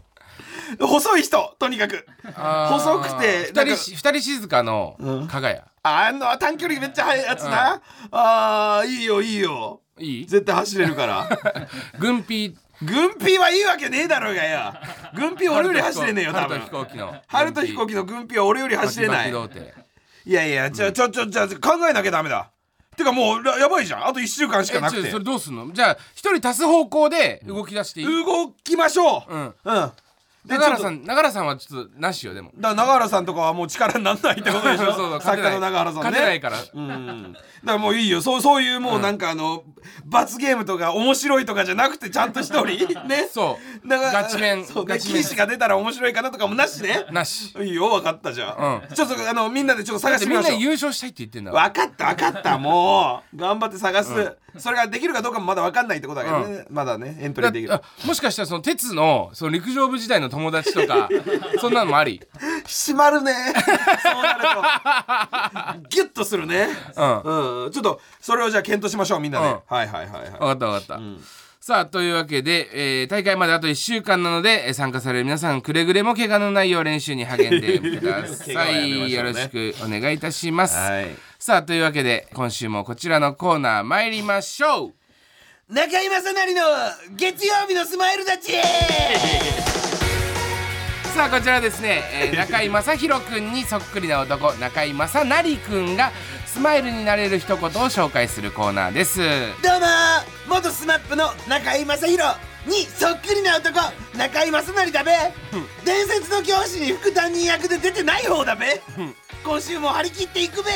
Speaker 2: 細い人とにかく
Speaker 1: あー
Speaker 2: 細くて
Speaker 1: 二人し、二人静かの加賀谷。
Speaker 2: ああの短距離めっちゃ速いやつな、ああいいよいいよ
Speaker 1: いい
Speaker 2: 絶対走れるから
Speaker 1: 軍 ピ
Speaker 2: 軍ピーはいいわけねえだろうがよ軍ピー俺より走れねえよ多
Speaker 1: 春
Speaker 2: 分
Speaker 1: と飛行機の。
Speaker 2: 春と飛行機の軍ピーは俺より走れない
Speaker 1: バキバキ童貞
Speaker 2: いやいやちょちょちょちょ考えなきゃダメだてかもうらやばいじゃんあと1週間しか
Speaker 1: え
Speaker 2: な
Speaker 1: ち
Speaker 2: く
Speaker 1: ょ
Speaker 2: て
Speaker 1: それどうすんのじゃあ一人足す方向で動き出していい、
Speaker 2: 動きましょう
Speaker 1: う
Speaker 2: うん
Speaker 1: ん、
Speaker 2: で
Speaker 1: 長原
Speaker 2: ちょ
Speaker 1: さ
Speaker 2: っと
Speaker 1: ん長原さんはちょっとなしよでも
Speaker 2: だから永原さんとかはもう力にならないってことでしょ
Speaker 1: そうそう勝
Speaker 2: 作
Speaker 1: て
Speaker 2: 家
Speaker 1: ない
Speaker 2: の永原さんね
Speaker 1: 勝てないから
Speaker 2: うんだからもういいよそうそういうもうなんかあの、罰ゲームとか面白いとかじゃなくてちゃんと一 人ね
Speaker 1: そう
Speaker 2: だから
Speaker 1: ガチメン
Speaker 2: そうね
Speaker 1: ガチメン
Speaker 2: 岸が出たら面白いかなとかもなしね
Speaker 1: なし
Speaker 2: いいよ分かったじゃあ、
Speaker 1: うん
Speaker 2: ちょっとあのみんなでちょっと探
Speaker 1: だっ
Speaker 2: してて
Speaker 1: み
Speaker 2: み
Speaker 1: ん
Speaker 2: ま
Speaker 1: な
Speaker 2: しょう
Speaker 1: 優勝したいって言ってんだから
Speaker 2: 分かった分かったもう頑張って探す、それができるかどうかもまだ分かんないってことだけどね、まだねエントリーできる
Speaker 1: だあもしかしたらその鉄のその陸上部時代の友達と かそんなのもあり
Speaker 2: 閉まるねそうなるとギュッとするね
Speaker 1: うん
Speaker 2: うん、ちょっとそれをじゃあ検討しましょうみんなで、
Speaker 1: うん
Speaker 2: はいはいはいはい
Speaker 1: 分かった分かった、さあというわけで、えー大会まであと1週間なのでえー参加される皆さんくれぐれも怪我のないよう練習に励んでくだ
Speaker 2: 怪我は
Speaker 1: さ
Speaker 2: や
Speaker 1: い、
Speaker 2: めましょ
Speaker 1: よ
Speaker 2: うね
Speaker 1: ろしくお願いいたします、
Speaker 2: はい
Speaker 1: さあというわけで今週もこちらのコーナー参りましょう
Speaker 2: 中居正成の月曜日のスマイルた ち
Speaker 1: さあこちらですね、 えー中居正広くんにそっくりな男中居正成くんがスマイルになれる一言を紹介するコーナーです
Speaker 2: どうもー元スマップの中居正広にそっくりな男中居正成だべ伝説の教師に副担任役で出てない方だべ今週も張り切っていくべ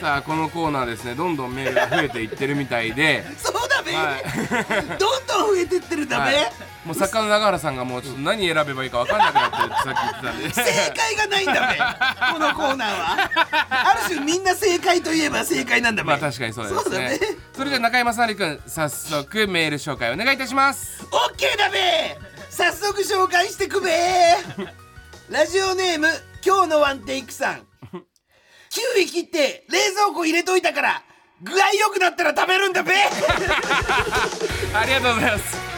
Speaker 1: さあこのコーナーですねどんどんメールが増えていってるみたいで
Speaker 2: そう だべ、
Speaker 1: はい
Speaker 2: どんどん増えてってるだべ、
Speaker 1: はいもう作家の永原さんがもうちょっと何選べばいいか分かんなくなってるってさっき言ってたんで
Speaker 2: 正解がないん だべこのコーナーはある種みんな正解といえば正解なんだべ
Speaker 1: まあ確かにそうですね
Speaker 2: そうだね
Speaker 1: それじゃあ中居正成くん早速メール紹介お願いいたします
Speaker 2: オッケーだべ早速紹介してくべラジオネーム今日のワンテイクさんキウイ切って冷蔵庫入れといたから具合良くなったら食べるんだべ優
Speaker 1: ありがとうございます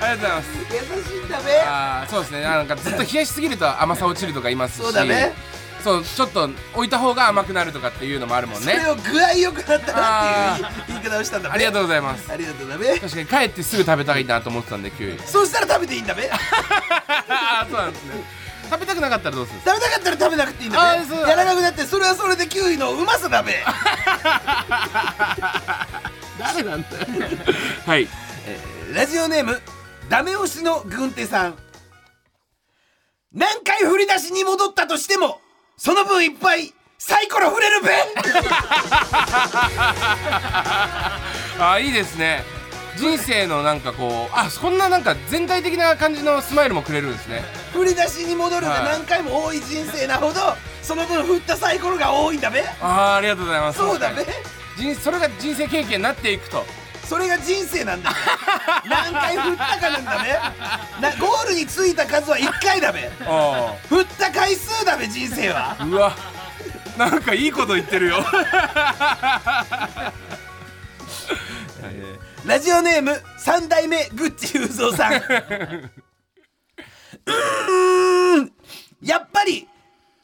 Speaker 1: ありがとうございます
Speaker 2: しいんだべ
Speaker 1: あーそうですねなんかずっと冷やしすぎると甘さ落ちるとかいますし
Speaker 2: そうだね
Speaker 1: そうちょっと置いた方が甘くなるとかっていうのもあるもん
Speaker 2: それ
Speaker 1: ね
Speaker 2: を具合良くなったらっていう言い言い方をしたんだべ
Speaker 1: ありがとうござい
Speaker 2: ま
Speaker 1: ます
Speaker 2: ありがとうだべ
Speaker 1: 確かに帰ってすぐ食べたいなと思ってたんでキウイ
Speaker 2: そうしたら食べていいんだべ食べ
Speaker 1: ああそうなんですね食べたくなかったらどうするんです
Speaker 2: なかったら食べなくていいんだ
Speaker 1: あ
Speaker 2: べ
Speaker 1: そう
Speaker 2: やらなくなってそれはそれでキウイのうまさだべ
Speaker 1: 誰なんだよはい
Speaker 2: ラジオネームダメ押しの軍手さん何回振り出しに戻ったとしてもその分いっぱいサイコロ振れる べ
Speaker 1: あーいいですね人生のなんかこうあそんななんか全体的な感じのスマイルもくれるんですね
Speaker 2: 振り出しに戻るが
Speaker 1: はい
Speaker 2: 何回も多い人生なほどその分振ったサイコロが多いんだべ
Speaker 1: あーありがとうございます
Speaker 2: そうだべ
Speaker 1: 人それが人生経験になっていくと
Speaker 2: それが人生なんだ べ何回振ったかなんだべなゴールに着いた数は1回だべ
Speaker 1: お
Speaker 2: 振った回数だべ人生は
Speaker 1: うわなんかいいこと言ってるよ
Speaker 2: ラジオネーム三代目グッチ雄三さんうーんやっぱり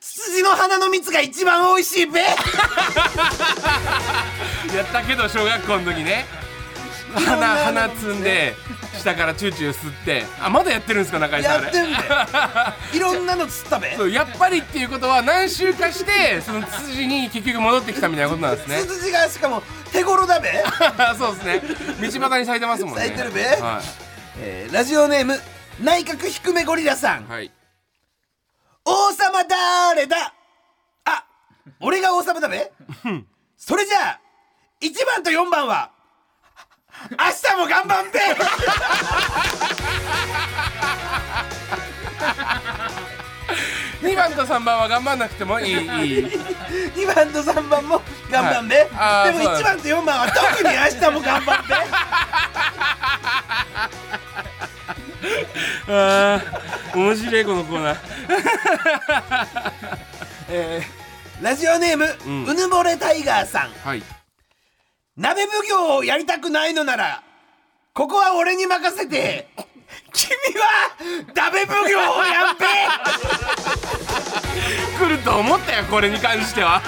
Speaker 2: ツツジの花の蜜が一番美味しいべ
Speaker 1: やったけど小学校の時ね鼻鼻つんで下からチューチュー吸ってあまだやってるんですか中居さんあ
Speaker 2: や
Speaker 1: れ
Speaker 2: ってんだよいろんなの釣った べ
Speaker 1: そうやっぱりっていうことは何周かしてその筋に結局戻ってきたみたいなことなんですね
Speaker 2: ツツジがしかも手頃だべ
Speaker 1: そうですね道端に咲いてますもんね
Speaker 2: 咲いてるべ
Speaker 1: は
Speaker 2: えーラジオネーム内閣低めゴリラさん
Speaker 1: い、はい、
Speaker 2: 王様誰だあ俺が王様だべそれじゃあ1番と4番は明日も頑張って
Speaker 1: 2番と3番は頑張んなくてもい いいい
Speaker 2: 2番と3番も頑張んべ、
Speaker 1: はいあー
Speaker 2: で
Speaker 1: そう
Speaker 2: も
Speaker 1: だ
Speaker 2: 1番と4番は特に明日も頑張って
Speaker 1: あー面白いこのコー ナー
Speaker 2: えー ラジオネーム、
Speaker 1: ん
Speaker 2: うぬぼれタイガーさん
Speaker 1: はい
Speaker 2: 鍋奉行をやりたくないのならここは俺に任せて 君は鍋奉行をやんべ
Speaker 1: 来ると思ったよこれに関しては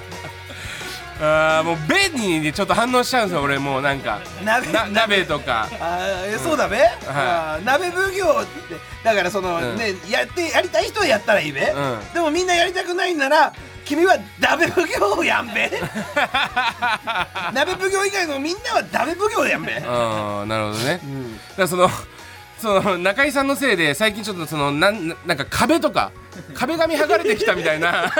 Speaker 1: あーもう「べ」にちょっと反応しちゃうんですよ俺もうなんか
Speaker 2: 鍋
Speaker 1: な鍋とか
Speaker 2: あーえそうだべ、あー鍋奉行ってだからその、
Speaker 1: うん
Speaker 2: ねやってやりたい人はやったらいいべ、
Speaker 1: ん
Speaker 2: でもみんなやりたくないんなら君は鍋奉行をやんべ鍋奉行以外のみんなは鍋奉行やんべ、
Speaker 1: ああなるほどね、だからそのその中居さんのせいで最近ちょっとそのなんなんか壁とか壁紙剥がれてきたみたいな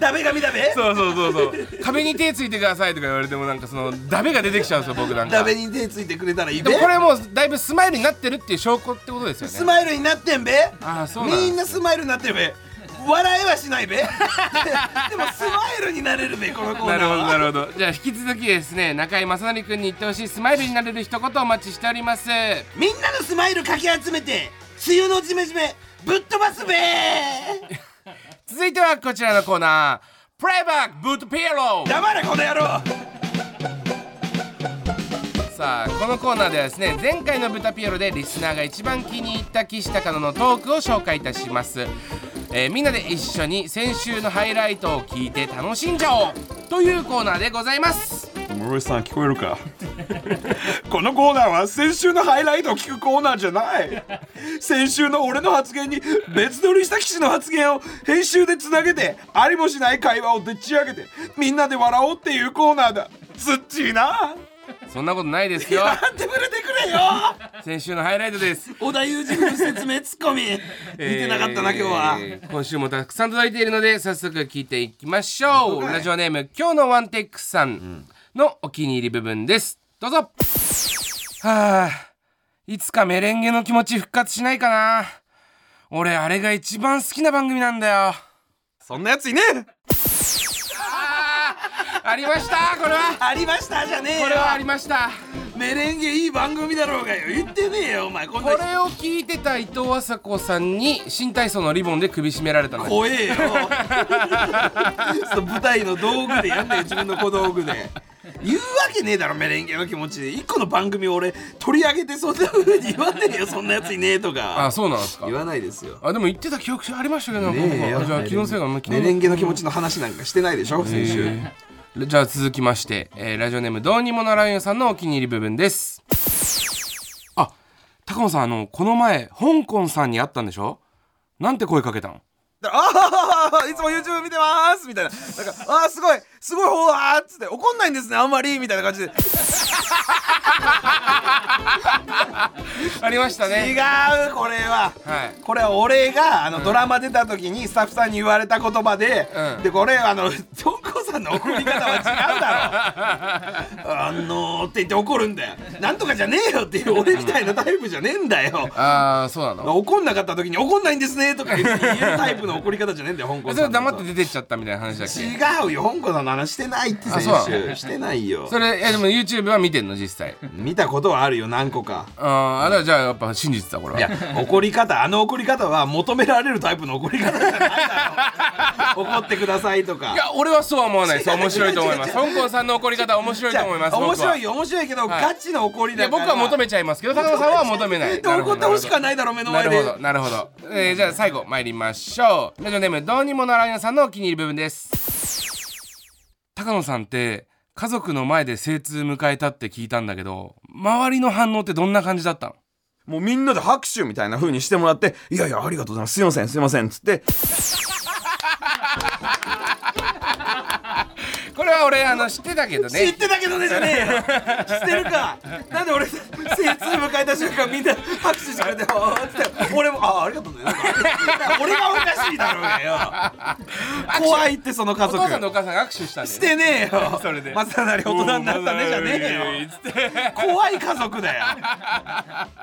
Speaker 2: 鍋神だべ
Speaker 1: そうそうそうそう壁に手ついてくださいとか言われてもなんかそのダメが出てきちゃうんですよ僕なんか
Speaker 2: 鍋に手ついてくれたらいい
Speaker 1: で
Speaker 2: べ
Speaker 1: もこれもうだいぶスマイルになってるっていう証拠ってことですよね
Speaker 2: スマイルになってんべ
Speaker 1: あーそうなんだ
Speaker 2: みんなスマイルになってるべ笑いはしないべ でもスマイルになれるべこのコー
Speaker 1: な
Speaker 2: ナー
Speaker 1: るほ
Speaker 2: は
Speaker 1: どなるほどじゃあ引き続きですね中居正成君に言ってほしいスマイルになれる一言お待ちしております
Speaker 2: みんなのスマイルかき集めて梅雨のジメジメぶっ飛ばすべ
Speaker 1: 続いてはこちらのコーナープレイバックブートピエロー
Speaker 2: 黙れこの野郎
Speaker 1: さあこのコーナーではですね前回の「ブタピエロ」でリスナーが一番気に入った岸高野のトークを紹介いたします、えーみんなで一緒に先週のハイライトを聞いて楽しんじゃおうというコーナーでございます
Speaker 2: 室井さん聞こえるか このコーナーは先週のハイライトを聞くコーナーじゃない先週の俺の発言に別撮りした騎士の発言を編集でつなげてありもしない会話をでっち上げてみんなで笑おうっていうコーナーだつっちーな
Speaker 1: そんなことないですよ
Speaker 2: やってくれてくれよ
Speaker 1: 先週のハイライトです
Speaker 2: 織田裕二の説明ツッコミ見てなかったな今日は、
Speaker 1: えー今週もたくさん届いているので早速聞いていきましょうラジオネーム今日のワンテックさんのお気に入り部分ですどうぞはあいつかメレンゲの気持ち復活しないかな俺あれが一番好きな番組なんだよ
Speaker 2: そんなやついねえ
Speaker 1: ありましたこれは
Speaker 2: ありましたじゃねえよ
Speaker 1: これはありました
Speaker 2: メレンゲいい番組だろうがよ言ってねえよお前こん
Speaker 1: こ
Speaker 2: な人
Speaker 1: れを聞いてた伊藤麻子さんに新体操のリボンで首絞められたんだ
Speaker 2: 怖えよそう舞台の道具でやんねよ自分の小道具で言うわけねえだろメレンゲの気持ちで一個の番組を俺取り上げてそんな風に言わねえよそんなやついねえと
Speaker 1: あ
Speaker 2: か
Speaker 1: そうなんですか
Speaker 2: 言わないですよ
Speaker 1: あでも言ってた記憶ありましたけど
Speaker 2: ねえよ
Speaker 1: 僕はじゃあ気のせいかな気の
Speaker 2: メレンゲの気持ちの話なんかしてないでしょ先週、
Speaker 1: じゃあ続きまして、えーラジオネームどうにもならんよさんのお気に入り部分ですあ高野さんあのこの前香港さんに会ったんでしょなんて声かけたの
Speaker 2: ああいつも YouTube 見てますみたいななんかああすごいすごいほわーっつって怒んないんですねあんまりみたいな感じで
Speaker 1: ありました
Speaker 2: 違
Speaker 1: ね
Speaker 2: うこれは
Speaker 1: はい
Speaker 2: これは俺があの、ドラマ出た時にスタッフさんに言われた言葉で、
Speaker 1: うん
Speaker 2: でこれあの トンコさんの怒り方は違うだろあのー、って言って怒るんだよなんとかじゃねえよっていう俺みたいなタイプじゃねえんだよ
Speaker 1: ああそうなの
Speaker 2: 怒んなかった時に怒んないんですねとか言う言えるタイプの怒り方じゃねえ んだよ香港
Speaker 1: そ
Speaker 2: さ
Speaker 1: れ
Speaker 2: ん
Speaker 1: 黙って出てっちゃったみたいな話だっけ
Speaker 2: 違うよ香港さんの話してないって
Speaker 1: あ
Speaker 2: 先
Speaker 1: そうなの
Speaker 2: 週してないよ
Speaker 1: それいやでも YouTube は見てんの実際
Speaker 2: 見たことはあるよ何個か
Speaker 1: あーあだからじゃあやっぱ真実だこれはい
Speaker 2: や怒り方あの怒り方は求められるタイプの怒り方じゃないだろ怒ってくださいとか
Speaker 1: いや俺はそうは思わないです面白いと思います香港さんの怒り方面白いと思います
Speaker 2: 面白い
Speaker 1: よ
Speaker 2: よ面白いけど、
Speaker 1: はい
Speaker 2: ガチの怒り
Speaker 1: いや
Speaker 2: だから
Speaker 1: 僕は求めちゃいますけど高野さんは求め ない
Speaker 2: で怒ってほしくはないだろ目の前で
Speaker 1: なるほどなるほど、えーじゃあ最後参りましょうラジオネームどうにもならんよさんのお気に入り部分です高野さんって家族の前で精通迎えたって聞いたんだけど周りの反応ってどんな感じだったの
Speaker 2: もうみんなで拍手みたいな風にしてもらって「いやいやありがとうございますすいませんすいません」っつって
Speaker 1: これは俺あの知ってたけど
Speaker 2: 「知っ
Speaker 1: ね
Speaker 2: てたけどね」じゃねえよ知ってるかなんで俺精通迎えた瞬間みんな拍手してくれて「おーっつって俺も「ああありがとうございます」俺がおかしいだろ うがよ怖いってその家
Speaker 1: お父さんとお
Speaker 2: 族
Speaker 1: 母さんが握手したんだよね
Speaker 2: してねえよ
Speaker 1: それで
Speaker 2: まさなり大人になったねじゃねえよ怖い家族だよ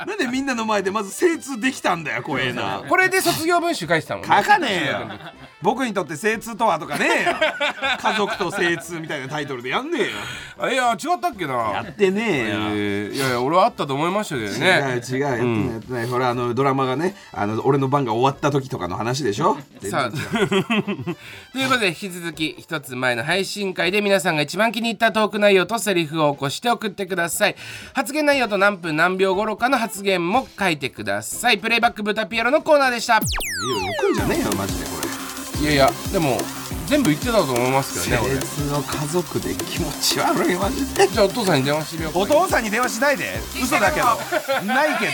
Speaker 2: なんでみんなの前でまず精通できたんだよ怖えな
Speaker 1: これで卒業文集書いてたもんね
Speaker 2: 書かねえよ僕にとって精通とはとかねえよ家族と精通みたいなタイトルでやんねえよ
Speaker 1: あ いや違ったっけな
Speaker 2: やってねえよ、
Speaker 1: えーいやいや俺はあったと思いましたけどね
Speaker 2: 違う違うやってないやってない、ほらあのドラマがねあの俺の番が終わった時とかの話でしょ
Speaker 1: さあ ということで引き続き一つ前の配信会で皆さんが一番気に入ったトーク内容とセリフを起こして送ってください発言内容と何分何秒頃かの発言も書いてくださいプレイバック豚ピエロのコーナーでした
Speaker 2: 行くんじゃねえよマジでこ
Speaker 1: いやいやでも全部言ってたと思いますけ
Speaker 2: れ
Speaker 1: どね
Speaker 2: 精
Speaker 1: 俺
Speaker 2: 通の家族で気持ち悪いマジで
Speaker 1: じゃあお父さんに電話してみようか
Speaker 2: お父さんに電話しないで嘘だけどないけど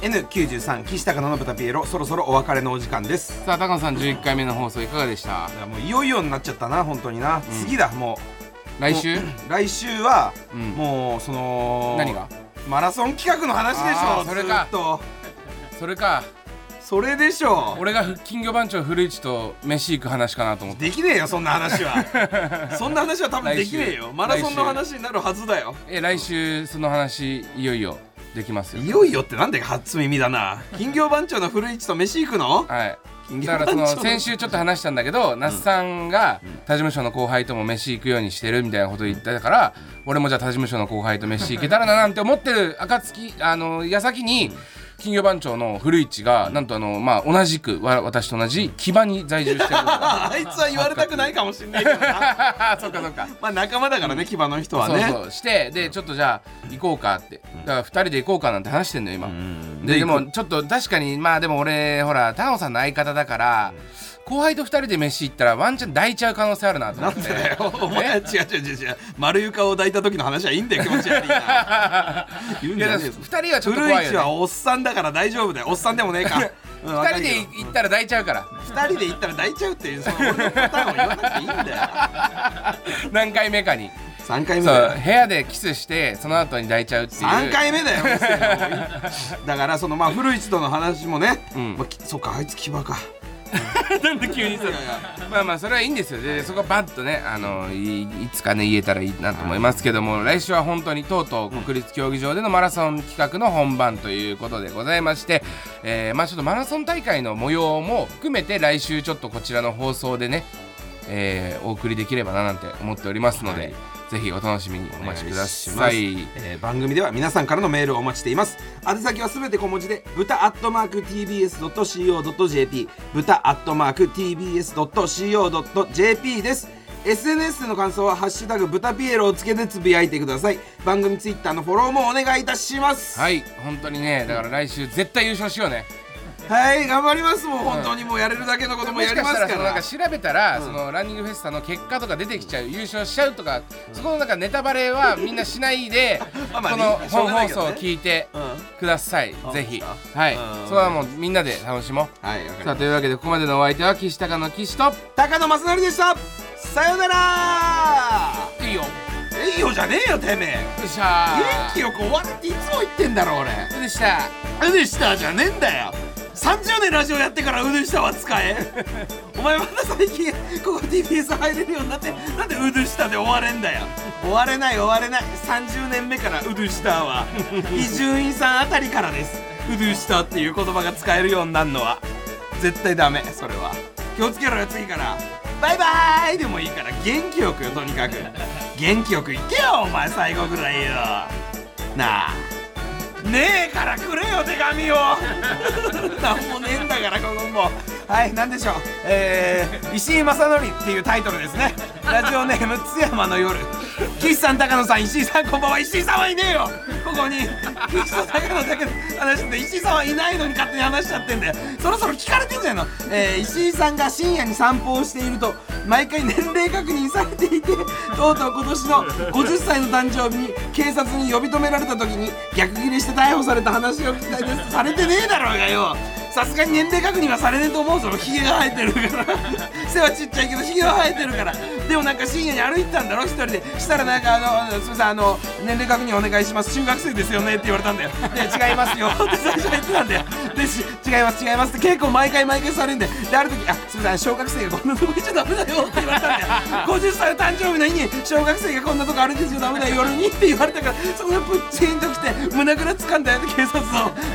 Speaker 2: N93 岸高の豚ピエロそろそろお別れのお時間です
Speaker 1: さあ高野さん11回目の放送いかがでした
Speaker 2: いやもういよいよになっちゃったな本当にな、次だもう
Speaker 1: 来週
Speaker 2: もう来週は、
Speaker 1: うん
Speaker 2: もうその
Speaker 1: 何が
Speaker 2: マラソン企画の話でし
Speaker 1: あ
Speaker 2: ょ
Speaker 1: ーそれか
Speaker 2: ずっと
Speaker 1: それか
Speaker 2: それでしょ
Speaker 1: 俺が金魚番長古市と飯行く話かなと思って
Speaker 2: できねえよそんな 話はそんな話は多分できねえ
Speaker 1: 来
Speaker 2: よ
Speaker 1: 週
Speaker 2: マラソンの話になるはずだよ
Speaker 1: え来週その話いよいよできますよ
Speaker 2: いよいよってなんで初耳だな金魚番長の古市と飯行くの
Speaker 1: はい
Speaker 2: 魚
Speaker 1: だからその
Speaker 2: 番長の
Speaker 1: 先週ちょっと話したんだけど那須さんが他事務所の後輩とも飯行くようにしてるみたいなこと言ってたから俺もじゃあ他事務所の後輩と飯行けたらななんて思ってる暁あの矢先に金魚番長の古市がなんとあのまあ同じくわ私と同じ木場に在住してる
Speaker 2: ああいつは言われたくないかもしれないけどな
Speaker 1: そっかそっか
Speaker 2: まあ仲間だからね牙の人は
Speaker 1: そう
Speaker 2: ね
Speaker 1: そうしてでちょっとじゃあ行こうかってだから2人で行こうかなんて話してんのよ今で
Speaker 2: で
Speaker 1: で
Speaker 2: 行く
Speaker 1: もちょっと確かにまあでも俺ほらタオさんの相方だから後輩と2人で飯行ったらワンチャン抱いちゃう可能性あるなと思
Speaker 2: なん
Speaker 1: って
Speaker 2: でだよ、お前 は違う違う違う違う、丸床を抱いた時の話はいいんだよ、気持ち悪 いな。言うん
Speaker 1: い
Speaker 2: じゃ
Speaker 1: や
Speaker 2: ねえ
Speaker 1: で
Speaker 2: よ
Speaker 1: も。2人はちょっと
Speaker 2: 古
Speaker 1: 怖い
Speaker 2: 市は
Speaker 1: よ、ね、
Speaker 2: おっさんだから大丈夫だよ、おっさんでもねえか。うんわか
Speaker 1: 2人
Speaker 2: るよ
Speaker 1: で行ったら抱いちゃう から
Speaker 2: 二人で行ったら抱いちゃうっていう、その俺のパターンを言わなくていいんだよ。
Speaker 1: 何回目かに
Speaker 2: 三回
Speaker 1: そ
Speaker 2: 目だ
Speaker 1: う
Speaker 2: よ。
Speaker 1: 部屋でキスしてその後に抱いちゃうっていう
Speaker 2: 三回目だよ。もうだから、そのまあ、古市との話もね、
Speaker 1: ん
Speaker 2: まあ、きそっか、あいつ牙か。
Speaker 1: なんで急にさまあまあそれはいいんですよでそこはバッとねあのいいつかね言えたらいいなと思いますけども来週は本当にとうとう国立競技場でのマラソン企画の本番ということでございまして、えーまあちょっとマラソン大会の模様も含めて来週ちょっとこちらの放送でね、えーお送りできればななんて思っておりますので、
Speaker 2: はい
Speaker 1: ぜひお楽しみにお待ちください
Speaker 2: お願しますえー番組では皆さんからのメールをお待ちしています宛先はすべて小文字で豚アットマーク TBS.CO.JP 豚アットマーク TBS.CO.JP です SNS での感想は「ハッシュタグ豚ピエロ」をつけてつぶやいてください番組ツイッターのフォローもお願いいたします、
Speaker 1: はいい本当にねだから来週絶対優勝しようね
Speaker 2: はい頑張りますもう本当にもうやれるだけのことも
Speaker 1: も
Speaker 2: や
Speaker 1: し
Speaker 2: り
Speaker 1: か
Speaker 2: ま
Speaker 1: し
Speaker 2: す
Speaker 1: た
Speaker 2: から
Speaker 1: そ
Speaker 2: ら
Speaker 1: のなんか調べたら、
Speaker 2: ん
Speaker 1: そのランニングフェスタの結果とか出てきちゃう優勝しちゃうとか、そこのなんかネタバレはみんなしないで
Speaker 2: まあまあ
Speaker 1: この
Speaker 2: しょう
Speaker 1: 本
Speaker 2: がない
Speaker 1: 放
Speaker 2: け
Speaker 1: 送
Speaker 2: どね
Speaker 1: を聞いて
Speaker 2: う
Speaker 1: ください、
Speaker 2: ん
Speaker 1: ぜひ
Speaker 2: あ
Speaker 1: はい
Speaker 2: うん
Speaker 1: それはもうみんなで楽しもう、
Speaker 2: んはいわかり
Speaker 1: さ
Speaker 2: ま
Speaker 1: あ
Speaker 2: し
Speaker 1: というわけでここまでのお相手は岸高の岸と
Speaker 2: た高野正成でしたさよなら
Speaker 1: いいよよ
Speaker 2: えいよじゃねえよてめえ
Speaker 1: っしゃ
Speaker 2: 元気よく終われっていつも言ってんだろ俺
Speaker 1: 気でした
Speaker 2: うでしたじゃねえんだよ30年ラジオやってからうでしたは使えお前まだ最近ここ TBS 入れるようになってなんでうでしたで終われんだよ終われない終われない30年目からうでしたは伊集院さんあたりからですうでしたっていう言葉が使えるようになるのは絶対ダメそれは気をつけろよ次からバイバーイでもいいから元気よくよとにかく元気よくいけよお前最後ぐらいよなあねえからくれよ手紙を なんもねえんだからこのもはい何でしょうえー、石井正則っていうタイトルですねラジオネーム津山の夜岸さん高野さん石井さんこんばんは石井さんはいねえよここに岸さん高野だけで話してて石井さんはいないのに勝手に話しちゃってんだよそろそろ聞かれてんじゃないの、えー石井さんが深夜に散歩をしていると毎回年齢確認されていてとうとう今年の50歳の誕生日に警察に呼び止められた時に逆ギレして逮捕された話を聞きたいですされてねえだろうがよさすがに年齢確認はされねえと思うぞヒゲが生えてるから背はちっちゃいけどヒゲは生えてるからでもなんか深夜に歩いてたんだろ一人でしたらなんかあのあの「すみませんあの年齢確認お願いします中学生ですよね」って言われたんだよ「で違いますよ」って最初は言ってたんだよでし違います違いますって結構毎回毎回されるんでである時「あすみません小学生がこんなとこ行っちゃダメだよ」って言われたんだよ50歳の誕生日の日に小学生がこんなとこ歩いてちゃダメだよ夜にって言われたからそこでプッチンときて胸ぐらつかんだよって警察を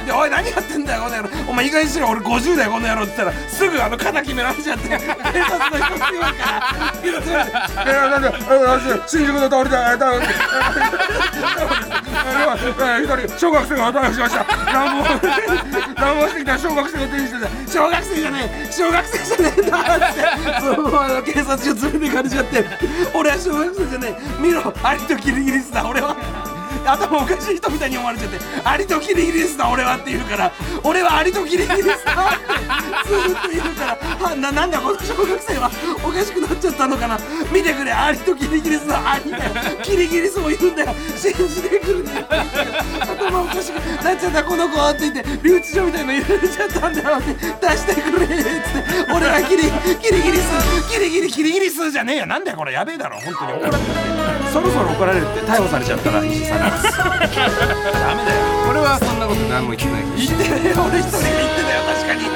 Speaker 2: で「おい何やってんだよこの野郎お前意外にしろ俺50だよこの野郎」って言ったらすぐあの肩決められちゃって警察の人強いから警察が「えなんでえ新宿の通りだえだええ一人小学生が逮捕しました乱暴乱暴してきた小学生が手にしてた小学生じゃねえ小学生じゃねえんだって そのまま警察署連れてかれちゃって俺は小学生じゃねえ見ろありとキリギリスだ俺は 頭おかしい人みたいに思われちゃって「アリとキリギリスだ俺は」って言うから「俺はアリとキリギリスだ」ってずっと言うからあななんだこの小学生はおかしくなっちゃったのかな見てくれアリとキリギリスだアリだよキリギリスもいるんだよ信じてくるんだよ頭おかしくなっちゃったこの子って言って留置所みたいの入れられちゃったんだよって出してくれっつって俺はキリキリギリスキリギリキリギリスじゃねえよなんだよこれやべえだろ本当に怒られてそろそろ怒られるって逮捕されちゃったら石井さんが。ダメだよ
Speaker 1: 俺はそんなこと何も言ってないけど
Speaker 2: 言ってね俺一人が言ってたよ確かに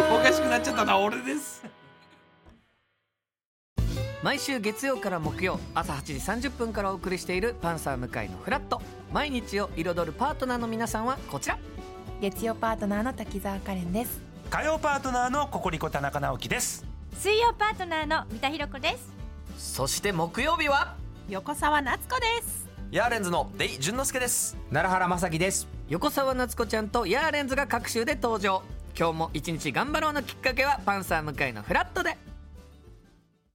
Speaker 2: おかしくなっちゃったのは俺です
Speaker 8: 毎週月曜から木曜朝8時30分からお送りしている「パンサー向井のフラット」毎日を彩るパートナーの皆さんはこちら
Speaker 9: 月曜パートナーの滝沢カレンです
Speaker 10: 火曜パートナーのココリコ田中直樹です
Speaker 11: 水曜パートナーの三田寛子です
Speaker 8: そして木曜日は
Speaker 9: 横澤夏子です
Speaker 10: ヤーレンズのデイ純之介です奈良原まさきです
Speaker 8: 横澤夏子ちゃんとヤーレンズが各週で登場今日も一日頑張ろうのきっかけは「パンサー向井のフラット」で